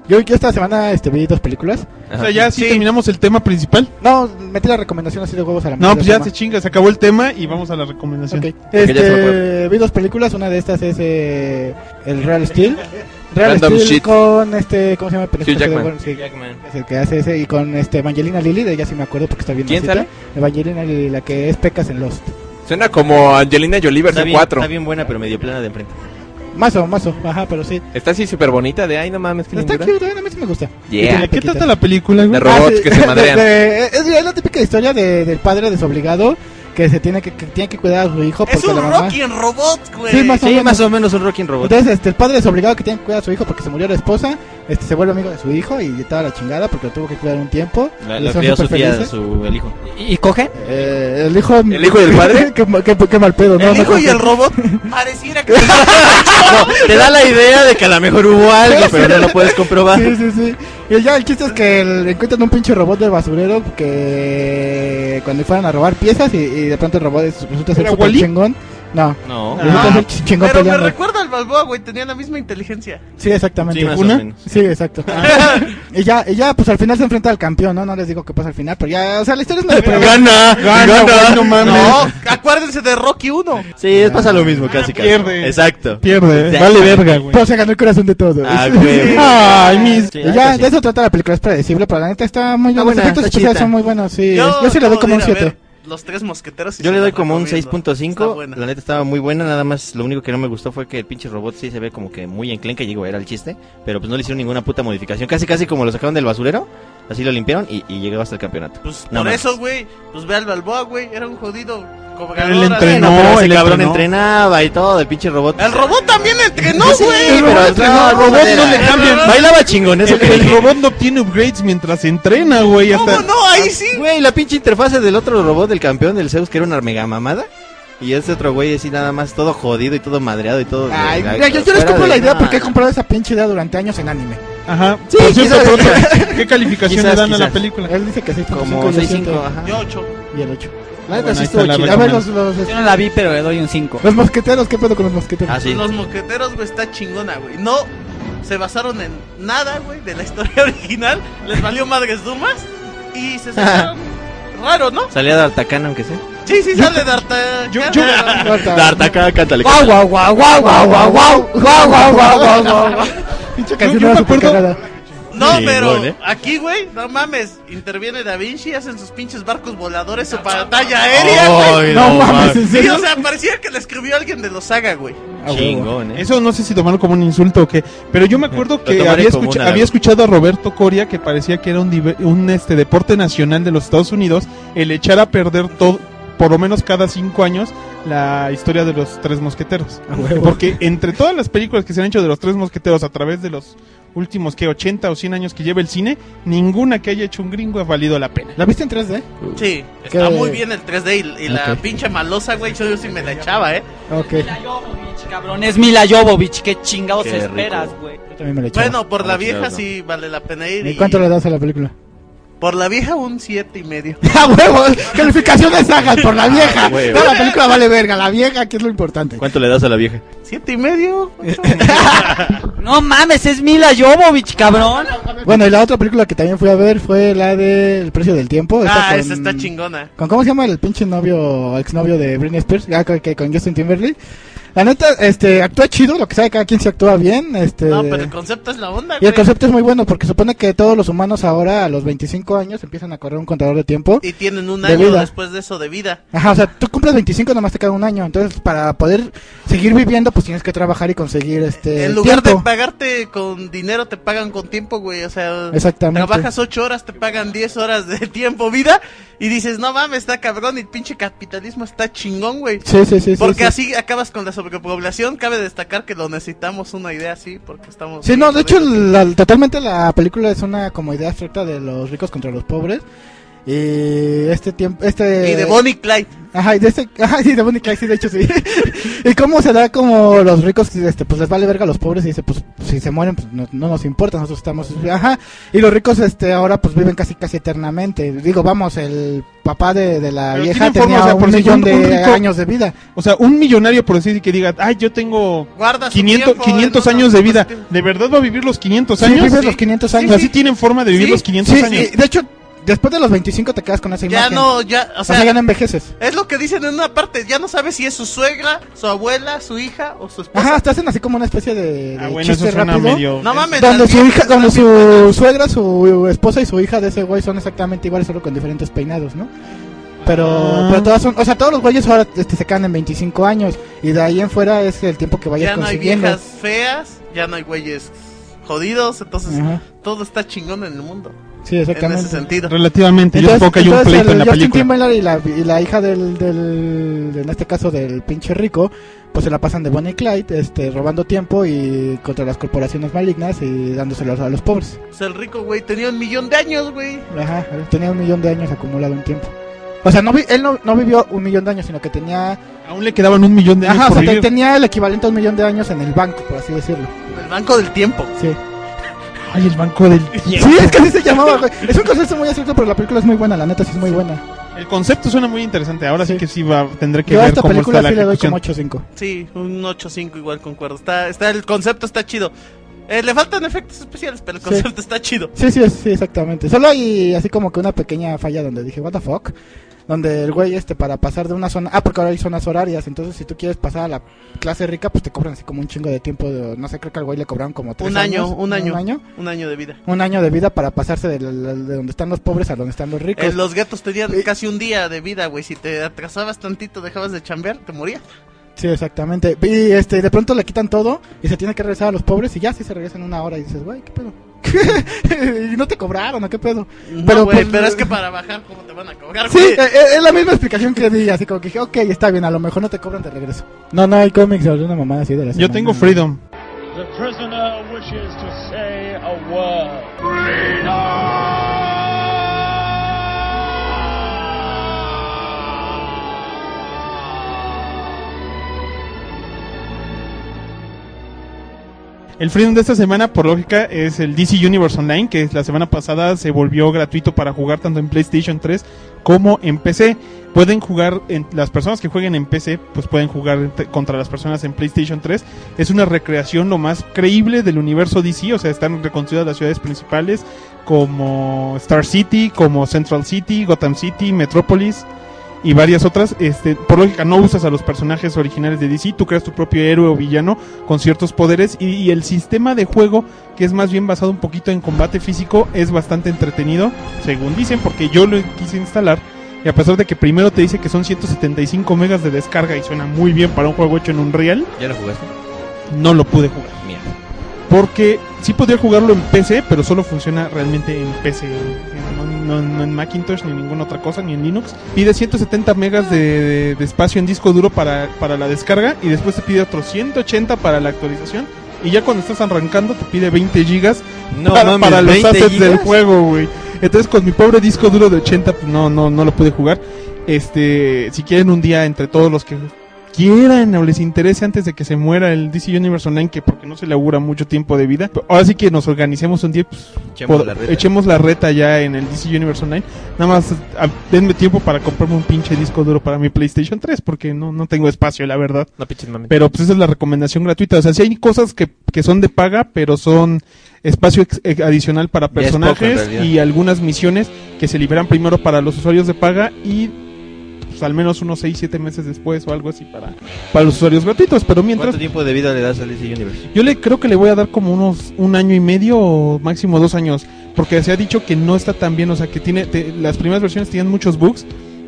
J: Yo, yo esta semana este, vi dos películas.
N: Ah,
C: O sea, ya sí, terminamos el tema principal.
J: No, metí la recomendación así de huevos a la
C: No,
J: mitad
C: pues
J: del
C: ya
J: tema.
C: se chinga, se acabó el tema y vamos a la recomendación.
J: Este, vi dos películas, una de estas es eh, el Real Steel. Real
C: Random
J: Steel
C: Shit.
J: con este, ¿cómo se llama? el pendejo
F: Hugh
J: que hace de
F: Jackman.
J: Wolverine? Sí, Es el que hace ese y con este Evangelina Lilly, de ella sí me acuerdo porque está bien.
F: ¿Quién
J: maciza.
F: sale?
J: Evangelina Lilly, la que es Pecas en Lost.
F: Suena como Angelina Jolie
H: Está
F: versión
H: bien,
F: 4.
H: está bien buena, pero medio plana de enfrente.
J: Mazo, mazo, ajá, pero sí.
F: Está así súper bonita de ay, no mames, qué
J: Está
F: lindura.
J: cute, eh, a mí sí me gusta.
F: Yeah.
J: Y tiene
F: ¿De qué
J: pequitas.
F: trata la película, güey? De robots que
H: Ah,
J: [laughs]
F: se
J: de-
H: [laughs]
F: madrean.
J: de- es, es la típica historia de- del padre desobligado que se tiene que, que tiene que cuidar a su hijo porque
I: Es un
J: la mamá...
I: Rocky en robot, güey.
J: Sí, más o menos.
H: un Rocky en
J: Entonces, este, el padre es obligado que tiene que cuidar a su hijo porque se murió la esposa. Este, se vuelve amigo de su hijo y toda la chingada porque lo tuvo que cuidar un tiempo.
H: La,
J: Y
H: la
J: son
H: crió su
J: súper
H: tía,
J: felices.
H: su, el
F: [laughs]
H: hijo.
G: ¿Y, y coge?
J: Eh, el hijo. ¿El
H: hijo del padre?
J: [laughs] qué, ma- qué- qué mal pedo, ¿no?
I: El
J: No
I: hijo y
J: creo
I: el
J: que-
I: robot pareciera
H: [laughs]
I: que...
H: Te da la idea de que a lo mejor hubo algo, pero no lo puedes comprobar.
J: Sí, sí, sí. Y ya el chiste es que el- encuentran un pinche robot del basurero que cuando fueran a robar piezas y, y de pronto el robot es- resulta ser
C: ¿Era
J: súper
C: Wall-E?
J: chingón. No.
H: No.
J: Y
C: Ah.
J: ahorita es el ch- chingón
I: Ah, Pero me
J: peleando.
I: recuerda al Balboa, güey. Tenía la misma inteligencia.
J: Sí, exactamente.
I: Sí, más o
J: ¿Una?
I: menos. [laughs]
J: Sí, exacto. y ya, y ya, pues al final se enfrenta al campeón, ¿no? No les digo qué pasa al final, pero ya, o sea, la historia es
I: [laughs]
J: una de
N: Gana, gana, güey, no mames.
I: No, acuérdense de Rocky 1.
N: Sí, es pasa lo
C: Ah,
N: mismo, casi, casi.
I: pierde.
N: Exacto. Pues,
J: Pierde,
N: Exacto.
J: vale verga, güey. Pero se ganó el corazón de todos.
N: Ah, güey.
J: Ay, mis.
N: Sí,
J: Y
N: la
J: ya,
N: neta sí.
J: de eso trata la película, es predecible, pero la neta está muy
N: Está
J: bien. Los
N: buena,
J: efectos
N: está
J: especiales
N: chidita.
J: son muy buenos, sí. Yo, sí le doy
I: acabo de
J: como un
I: ir a
J: 7.
I: ver Los tres mosqueteros. y
N: Yo
I: se
N: le
I: la
N: doy como un
I: recomiendo. Está
N: 6.5.
I: buena.
N: La neta estaba muy buena, nada más. Lo único que no me gustó fue que el pinche robot sí se ve como que muy enclenque. Llegó, era el chiste. Pero pues no le hicieron ninguna puta modificación. Casi, casi como lo sacaron del basurero. Así lo limpiaron y, y llegó hasta el campeonato.
I: Pues
N: No
I: por
N: mames.
I: eso, güey. Pues ve al Balboa, güey. Era un jodido. Como
N: Pero él entrenó, ese cabrón entrenaba y todo. El pinche robot.
I: El robot también entrenó,
N: Sí, pero
I: güey. El robot
N: no,
I: entrenó.
N: el robot no le cambian. Bailaba chingón,
J: [laughs]
N: eso
C: El,
N: que
C: el
N: dije.
C: robot no obtiene upgrades mientras entrena, güey. Hasta...
I: no? Ahí sí.
N: Güey, la pinche interfase del otro robot del campeón del Zeus que era una mega mamada. Y este otro güey así nada más todo jodido y todo madreado y todo.
J: Ay,
N: la-
J: mira, yo, yo les
N: fuera
J: compro
N: de-
J: la idea
N: no,
J: porque he comprado esa pinche idea durante años en anime.
C: Ajá.
J: Sí,
C: Por cierto,
J: quizás-
C: pregunta,
J: [laughs]
C: ¿qué calificación le
J: quizás,
C: dan a la
J: quizás.
C: película?
J: Él dice que 6.5.
N: Como
J: yo
N: 6.5,
J: siento-
N: ajá.
I: Yo 8.
J: Y el 8.
N: La neta sí
C: ahí
N: estuvo
C: está la
N: chida.
J: A ver, los, los,
G: Yo no la vi, pero le doy un 5.
J: los mosqueteros, ¿qué pedo con los mosqueteros?
N: Ah, sí.
I: Los mosqueteros, güey, está chingona, güey. No se basaron en nada, güey, de la historia original. Les valió madres dumas. Y se sacaron.
G: [laughs]
I: Raro, ¿no?
N: Salía de Artacán, aunque sea.
I: Sí, sí, sale ah, de Arta. Yo,
J: [laughs]
N: Artacán, cántale.
J: Guau, guau, guau, guau, guau, guau, guau, guau, guau, guau, guau, guau, guau. Pinche canción era súper cagada.
I: No,
N: Sí,
I: pero
N: bueno, ¿eh?
I: aquí, güey, no mames. Interviene Da Vinci, hacen sus pinches barcos voladores, su batalla aérea, güey.
C: Ay, no No mames, mames. ¿en
I: [laughs] Sí,
C: serio?
I: o sea, parecía que le escribió alguien de los saga, güey.
N: Chingón, eh.
C: Eso no sé si tomarlo como un insulto o qué, pero yo me acuerdo que
N: tomaré
C: había,
N: como
C: escucha-
N: un halago.
C: había escuchado a Roberto Coria que parecía que era un, diver- un, este deporte nacional de los Estados Unidos el echar a perder todo por lo menos cada cinco años la historia de los tres mosqueteros.
J: huevo.
C: Porque entre todas las películas que se han hecho de los tres mosqueteros a través de los últimos que 80 o 100 años que lleva el cine, ninguna que haya hecho un gringo ha valido la pena.
J: ¿La viste en 3D?
I: Sí,
J: ¿Qué?
I: está muy bien el 3D y, y la
J: Ok.
I: pinche malosa, güey, yo sí me la echaba, eh.
J: Ok.
G: Cabrón, es Mila Jovovich, qué chingados
J: Qué rico.
G: esperas, güey. [laughs]
J: También me la echaba.
I: Bueno, por la
J: Ah, Muchas
I: vieja
J: gracias.
I: sí vale la pena
C: pues,
I: ir.
J: ¿Y
I: Y
J: cuánto le das a
N: [laughs]
J: la película?
I: Por la vieja un siete y medio.
J: ¡A huevos! Calificación de sagas por la vieja.
N: Ah, huevo.
J: No, la película vale verga. La vieja, que es lo importante.
N: ¿Cuánto le das a la vieja?
I: ¿Siete y medio?
J: [laughs]
G: No mames, es Mila Jovovich, cabrón.
J: Bueno, y la otra película que también fui a ver fue la de El precio del tiempo. esta
I: Ah,
J: con-
I: esa está chingona.
J: ¿Con cómo se llama el pinche novio, exnovio de Britney Spears? Ya que que con Justin Timberlake. La neta, este, actúa chido, lo que sabe cada quien se actúa bien, este.
I: No, pero el concepto es la onda,
J: y
I: güey.
J: el concepto es muy bueno porque supone que todos los humanos ahora a los 25 años empiezan a correr un contador de tiempo.
I: Y tienen un
J: de
I: año
J: vida.
I: después de eso de vida.
J: Ajá, o sea, tú cumples 25 nomás te queda un año, entonces para poder seguir viviendo pues tienes que trabajar y conseguir este
I: En lugar
J: tiempo.
I: de pagarte con dinero, te pagan con tiempo, güey. O sea,
J: Exactamente.
I: trabajas ocho horas, te pagan 10 horas de [laughs] tiempo vida. Y dices, no mames, está cabrón. Y el pinche capitalismo está chingón, güey.
J: Sí, sí, sí, sí,
I: Porque
J: sí.
I: así acabas con la sobrepoblación. Cabe destacar que lo necesitamos una idea así, porque estamos.
J: Sí, no, de hecho, la- totalmente la película es una como idea abstracta de los ricos contra los pobres. Y este tiempo, este...
I: Y de Bonnie Clyde.
J: Ajá, y de este, [laughs] ajá, sí, de Bonnie Clyde, sí, de hecho, sí. [laughs] y cómo se da como los ricos, este, pues les vale verga a los pobres y dice, pues, si se mueren, pues no, no nos importa, nosotros estamos, ajá. Y los ricos, este, ahora, pues viven casi, casi eternamente. Digo, vamos, el papá de, de la
C: Pero
J: vieja
C: tienen forma,
J: tenía
C: o sea, por
J: un
C: decir,
J: millón
C: un- un
J: de
C: rico-
J: años de vida.
C: O sea, un millonario, por decir, que diga, ay, yo tengo
I: Guarda su
C: 500,
I: tiempo,
C: 500
I: no, no,
C: años
I: no,
C: de
I: no,
C: vida.
I: no, no.
C: ¿De verdad va a vivir los 500
J: Sí,
C: años?
J: vives los 500 años.
C: Así tienen forma de vivir los 500
J: Sí,
C: años.
J: y de hecho, después de los 25 te quedas con esa
I: Ya
J: imagen.
I: no, ya, o
J: O sea,
I: sea,
J: ya no envejeces.
I: es lo que dicen en una parte. Ya no sabes si es su suegra, su abuela, su hija o su esposa.
J: Ajá, hasta hacen así como una especie de, de
C: Ah, bueno,
J: chiste
C: eso suena
J: rápido.
C: medio-
I: No mames,
J: Donde
I: las
J: su
I: viejas
J: hija,
I: están
J: donde
I: bien
J: su suegra, su esposa y su hija de ese güey son exactamente iguales, solo con diferentes peinados, ¿no? Pero,
C: Ah.
J: pero todas son, o sea, todos los güeyes ahora este, se quedan en 25 años y de ahí en fuera es el tiempo que vayas
I: ya no hay
J: consiguiendo.
I: viejas feas, ya no hay güeyes jodidos, entonces
J: Ajá.
I: todo está chingón en el mundo.
J: Sí, exactamente.
I: En ese sentido.
C: Relativamente, yo tampoco hay un
J: entonces
C: pleito
J: el
C: en la
J: Justin
C: película.
J: Timberlake y la, y la hija del, del, en este caso del pinche rico, pues se la pasan de Bonnie y Clyde, este, robando tiempo y contra las corporaciones malignas y dándoselos a los pobres.
I: O sea, el rico güey tenía un millón de años, güey.
J: Ajá, tenía un millón de años acumulado en tiempo. O sea, no vi- él no, no vivió un millón de años, sino que tenía...
C: Aún le quedaban un millón de años
J: Ajá, o
C: por
J: sea, te-
C: vivir.
J: tenía el equivalente a un millón de años en el banco, por así decirlo.
I: El banco del tiempo.
J: Sí.
C: Ay, el banco del
J: Sí, es que así se llamaba, güey. Es un concepto muy acierto, pero la película es muy buena, la neta, sí es muy buena.
C: El concepto suena muy interesante. Ahora sí, que sí va, tendré que
J: Yo a
C: ver
J: esta
C: cómo
J: película
C: está la
J: sí le doy
C: ejecución.
J: como 8.5.
I: Sí, un 8.5 igual concuerdo. Está, está, el concepto está chido. Eh, le faltan efectos especiales, pero el
J: Sí.
I: concepto está chido.
J: Sí, sí, sí, exactamente. Solo hay así como que una pequeña falla donde dije, what the fuck. Donde el güey, este, para pasar de una zona. Ah, porque ahora hay zonas horarias. Entonces, si tú quieres pasar a la clase rica, pues te cobran así como un chingo de tiempo. de- no sé, creo que al güey le cobraron como tres
I: Un año,
J: años,
I: un año,
J: Un año.
I: un año de vida.
J: Un año de vida para pasarse de, la- la- de donde están los pobres a donde están los ricos.
I: Eh, los gatos tenían casi un día de vida, güey. Si te atrasabas tantito, dejabas de chambear, te morías.
J: Sí, exactamente. Y este, de pronto le quitan todo y se tiene que regresar a los pobres y ya sí se regresan una hora y dices, güey, ¿qué pedo? [laughs] y no te cobraron, ¿o qué pedo?
I: No, güey,
J: pues,
I: pero es que para bajar, ¿cómo te van a cobrar,
J: Sí,
I: güey?
J: eh, eh, es la misma explicación que di, así como que dije, ok, está bien, a lo mejor no te cobran de regreso. No, no hay cómics o alguna mamada así de la
C: Yo tengo Freedom.
P: The prisoner wishes to say a word.
C: El Freedom de esta semana, por lógica, es el DC Universe Online, que la semana pasada se volvió gratuito para jugar tanto en PlayStation 3 como en PC. Pueden jugar, en- las personas que jueguen en PC, pues pueden jugar ent- contra las personas en PlayStation 3. Es una recreación lo más creíble del universo DC, o sea, están reconstruidas las ciudades principales como Star City, como Central City, Gotham City, Metropolis y varias otras. Este, por lógica, no usas a los personajes originales de DC, tú creas tu propio héroe o villano con ciertos poderes y, y el sistema de juego, que es más bien basado un poquito en combate físico, es bastante entretenido, según dicen, porque yo lo quise instalar. Y a pesar de que primero te dice que son 175 megas de descarga y suena muy bien para un juego hecho en Unreal,
N: ¿Ya lo jugaste?
C: no lo pude jugar. Porque sí podría jugarlo en PC, pero solo funciona realmente en PC. en- No, no- no en Macintosh, ni en ninguna otra cosa, ni en Linux. Pide 170 megas de, de- de espacio en disco duro para, para la descarga y después te pide otros 180 para la actualización. Y ya cuando estás arrancando te pide 20 gigas
N: No
C: para,
N: mames,
C: para los
N: 20
C: assets del
N: gigas.
C: juego, güey. Entonces con mi pobre disco duro de 80 pues, no, no, no lo pude jugar. Este, si quieren un día entre todos los que quieran o les interese antes de que se muera el DC Universe Online, que porque no se le augura mucho tiempo de vida. pues, Ahora sí que nos organicemos un día, pues,
N: Echemos
C: pod-
N: la reta.
C: echemos la reta ya en el DC Universe Online. Nada más a- denme tiempo para comprarme un pinche disco duro para mi PlayStation 3, porque no, no tengo espacio, la verdad.
F: No pinches mames.
C: Pero pues esa es la recomendación gratuita. O sea, sí hay cosas que, que son de paga, pero son espacio ex- eh, adicional para
N: Ya es poco, en
C: personajes
N: realidad.
C: y algunas misiones que se liberan primero para los usuarios de paga y pues, al menos unos 6, 7 meses después o algo así para, para los usuarios gratuitos. Pero mientras...
N: ¿Cuánto tiempo de vida le das al DC Universe?
C: Yo le creo que le voy a dar como unos un año y medio o máximo dos años, porque se ha dicho que no está tan bien, o sea que tiene te- las primeras versiones tenían muchos bugs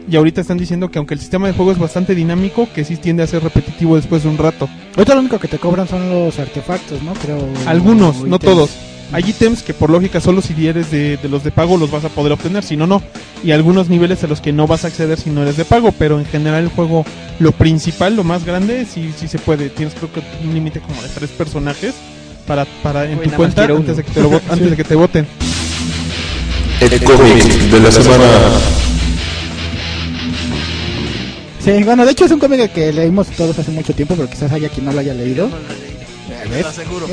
C: y ahorita están diciendo que aunque el sistema de juego es bastante dinámico, que sí tiende a ser repetitivo después de un rato.
J: Ahorita lo único que te cobran son los artefactos, ¿no? Creo.
C: Algunos,
J: o
C: no
J: ítems.
C: todos. Hay ítems que por lógica solo si eres de, de los de pago los vas a poder obtener, si no, no. Y algunos niveles a los que no vas a acceder si no eres de pago, pero en general el juego, lo principal, lo más grande, sí, sí se puede. Tienes creo que un límite como de tres personajes para, para en
N: Güey,
C: tu
N: nada más
C: cuenta
N: quiero uno.
C: antes de, que te lo vo- antes de que te voten.
A: El cómic de la semana.
J: Sí, bueno, de hecho es un cómic que leímos todos hace mucho tiempo, pero quizás haya quien no lo haya leído.
I: Te lo
J: [laughs]
I: aseguro.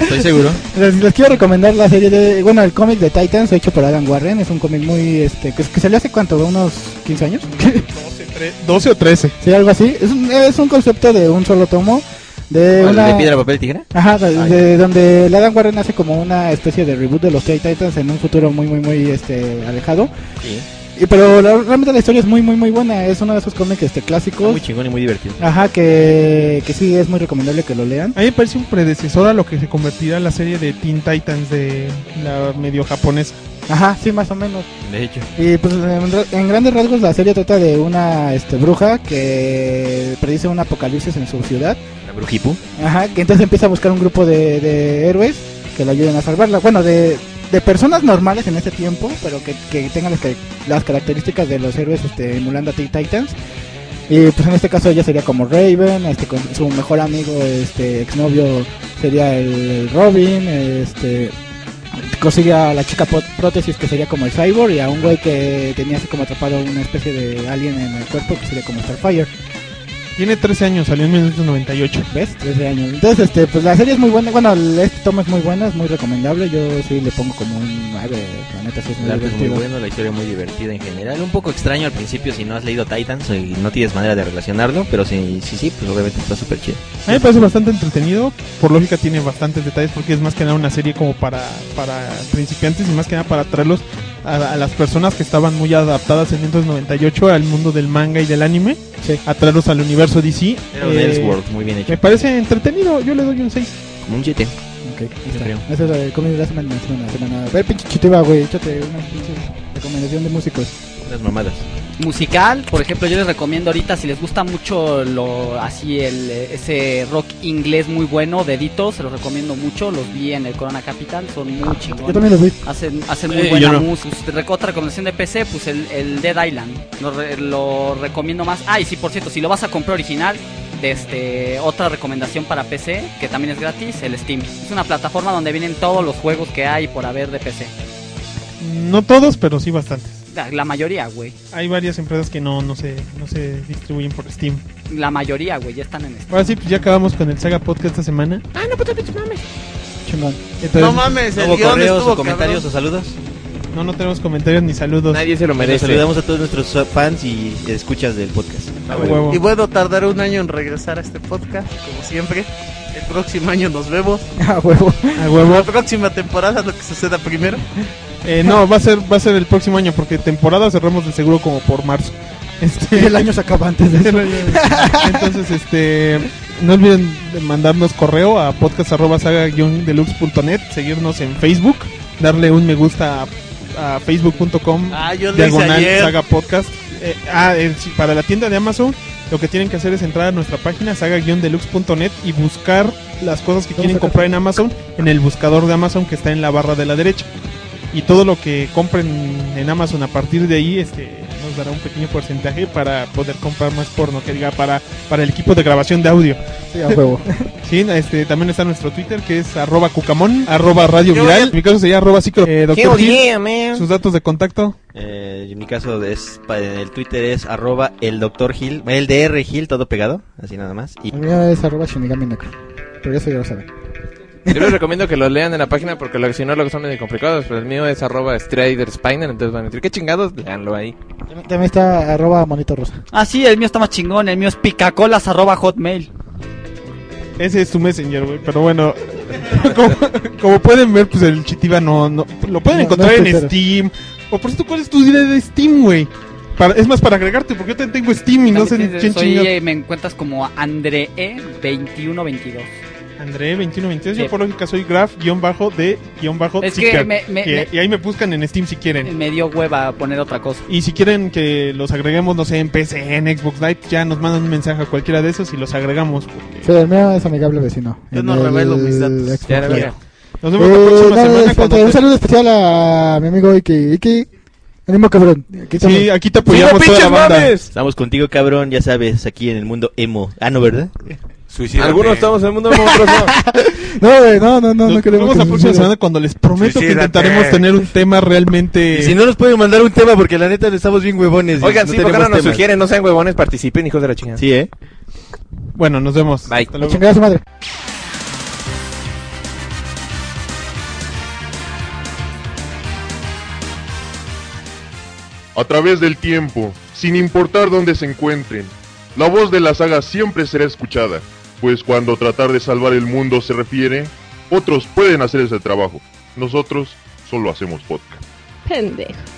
J: Estoy seguro. Les, les quiero recomendar la serie de, bueno, el cómic de Titans hecho por Adam Warren, es un cómic muy, este, que, que salió hace cuánto, unos 15 años. [laughs]
C: 12 o 13.
J: Sí, algo así. Es un, es un concepto de un solo tomo. De,
N: ¿Cuál,
J: una...
N: de piedra, papel, tijera?
J: Ajá, de, de- donde el Adam Warren hace como una especie de reboot de los Teen Titans en un futuro muy, muy, muy este, alejado.
N: Sí.
J: Y, pero la- realmente la historia es muy, muy, muy buena. Es uno de esos cómics este,
N: Está
J: clásicos.
N: muy chingón y muy divertido.
J: Ajá, que, que sí, es muy recomendable que lo lean.
C: A mí me parece un predecesor a lo que se convertirá en la serie de Teen Titans de la medio japonesa.
J: Ajá, sí, más o menos.
N: De hecho.
J: Y pues en, ra- en grandes rasgos la serie trata de una este, bruja que predice un apocalipsis en su ciudad.
N: La brujipu.
J: Ajá, que entonces empieza a buscar un grupo de, de héroes que la ayuden a salvarla. Bueno, de, de personas normales en ese tiempo, pero que, que tengan las, ca- las características de los héroes este, emulando a Teen Titans. Y pues en este caso ella sería como Raven, este, con su mejor amigo, este, exnovio sería el, el Robin, este, consigue a la chica pot- prótesis que sería como el cyborg y a un güey que tenía así como atrapado una especie de alien en el cuerpo que sería como Starfire. Tiene 13 años, salió en 1998. ¿Ves? 13 años. Entonces, este, pues la serie es muy buena. Bueno, el- este tomo es muy bueno, es muy recomendable. Yo sí le pongo como un 9. La neta sí es muy
Q: El arte es muy
J: divertido.
Q: bueno, la historia muy divertida en general. Un poco extraño al principio si no has leído Titans y no tienes manera de relacionarlo, pero sí, sí, sí, pues obviamente está súper chido.
C: A mí me parece bastante entretenido. Por lógica tiene bastantes detalles porque es más que nada una serie como para, para principiantes y más que nada para traerlos a, a las personas que estaban muy adaptadas en 1998 al mundo del manga y del anime. A traerlos al universo DC.
Q: Era un Elseworld, muy bien hecho.
C: Me parece entretenido. Yo le doy un 6.
Q: Como un 7.
C: Yo creo.
J: Esa es la de Comedy Blast Man, la semana, semana. A ver, pinche chitiba, güey. Échate una pinche recomendación de músicos.
Q: Unas mamadas.
G: musical, por ejemplo, yo les recomiendo ahorita si les gusta mucho lo así el eh, ese rock inglés muy bueno, Deditos, se los recomiendo mucho, los vi en el Corona Capital, son muy chingones.
J: Yo también los vi.
G: Hacen hacen
J: Eh,
G: muy
J: yo
G: buena
J: no.
G: música. Re- Otra recomendación de PC, pues el, el Dead Island. Lo, re- lo recomiendo más. Ah, y sí, por cierto, si lo vas a comprar original, de este otra recomendación para PC, que también es gratis, el Steam. Es una plataforma donde vienen todos los juegos que hay por haber de PC.
C: No todos, pero sí bastantes.
G: La, la mayoría, güey.
C: Hay varias empresas que no, no, se, no se distribuyen por Steam.
G: La mayoría, güey, ya están en Steam.
C: Ahora sí, pues ya acabamos con el Saga Podcast esta semana.
G: Ah, no, puta, mames.
C: Chingón.
R: No mames, el ¿Hubo guión correos estuvo o cabrón. comentarios o
Q: saludos?
C: No, no tenemos comentarios ni saludos.
Q: Nadie se Saludamos a todos nuestros fans y escuchas del podcast.
R: Y bueno, tardaré un año en regresar a este podcast, como siempre. El próximo año nos vemos.
J: [laughs] A huevo.
C: A huevo.
R: La próxima temporada, lo que suceda primero.
C: Eh, no, va a ser va a ser el próximo año porque temporada cerramos de seguro como
R: [laughs]
C: por marzo. Este,
J: El año se acaba antes [laughs] de eso.
C: Entonces, este, no olviden de mandarnos correo a podcast@saga-deluxe.net, seguirnos en Facebook, darle un me gusta a, a facebook.com
R: Ah, yo le hice
C: diagonal
R: ayer.
C: saga podcast. Eh, ah, eh, sí, para la tienda de Amazon, lo que tienen que hacer es entrar a nuestra página saga-deluxe.net y buscar las cosas que quieren comprar en Amazon en el buscador de Amazon que está en la barra de la derecha. Y todo lo que compren en Amazon a partir de ahí este, nos dará un pequeño porcentaje para poder comprar más porno, que diga, para, para el equipo de grabación de audio.
J: Sí, a [laughs] huevo.
C: Sí, este, también está nuestro Twitter que es arroba cucamón, arroba radio viral. En mi caso sería arroba psico. eh,
Q: Qué
C: Dr. Gil.
Q: odia, man.
C: Sus datos de contacto.
Q: Eh, en mi caso es pa- el Twitter es arroba el doctor Gil, el DR Gil, todo pegado, así nada más. Y
J: El mío es arroba Shinigami Necro. Pero eso ya lo saben.
F: Yo les recomiendo que lo lean en la página porque lo- si no luego son medio complicados. Pero el mío es arroba Strider Spiner, entonces van a decir, ¿qué chingados? Leanlo ahí.
J: También está arroba Monito Rosa.
G: Ah, sí, el mío está más chingón, el mío es picacolas arroba hotmail.
C: Ese es tu messenger, güey. Pero bueno, [laughs] como, como pueden ver, pues el Chitiba no, no lo pueden
A: No,
C: encontrar
A: no es
C: en
A: Twitter.
C: Steam. O por cierto, ¿cuál es tu idea de Steam, güey? Para- es más, para agregarte, porque yo también tengo Steam y no sé ni quién
G: Soy,
C: chingados.
G: eh, me encuentras como E, Andree2122.
C: André 2122,
G: Sí.
C: yo por lógica soy graf guión bajo de guión bajo
G: Es que
C: Seeker.
G: me- me-
C: Que-
G: me-
C: y ahí me buscan en Steam si quieren.
G: Me dio hueva poner otra cosa.
C: Y si quieren que los agreguemos, no sé, en PC, en Xbox Live, ya nos mandan un mensaje a cualquiera de esos y los agregamos. porque-
J: Sí, el mío es amigable vecino.
C: Yo
J: En
C: no
J: el
C: revelo mis datos.
J: Xbox
C: Ya, la
J: Live.
C: verga. Nos vemos la
J: Eh,
C: próxima
J: no,
C: semana
J: espérate,
C: cuando te-
J: Un saludo especial a mi amigo Iki. Iki, ánimo cabrón. Aquí
C: Sí,
J: estamos.
C: aquí te apoyamos toda la banda.
Q: Estamos contigo, cabrón, ya sabes, aquí en el mundo emo. Ah, no, ¿verdad?
S: Suicídate. Algunos estamos
F: en el mundo
Q: [laughs]
J: No, güey, no, no, no, no
C: Nos vemos
J: queremos. que
C: la
J: se
C: próxima
J: suicide.
C: semana cuando les prometo que
J: Suicídate.
C: intentaremos tener un tema realmente.
Q: Y si no nos pueden mandar un tema porque la neta estamos bien huevones.
F: Oigan,
Q: no
F: sí, ¿por qué no
Q: tenemos
F: nos
Q: temas.
F: sugieren? No sean huevones, participen, hijos de la chingada.
Q: Sí, ¿eh?
C: Bueno, nos vemos.
F: Bye.
J: A chingar a su madre.
A: a través del tiempo, sin importar dónde se encuentren. La voz de la saga siempre será escuchada, pues cuando tratar de salvar el mundo se refiere, otros pueden hacer ese trabajo. Nosotros solo hacemos podcast.
D: Pendejo.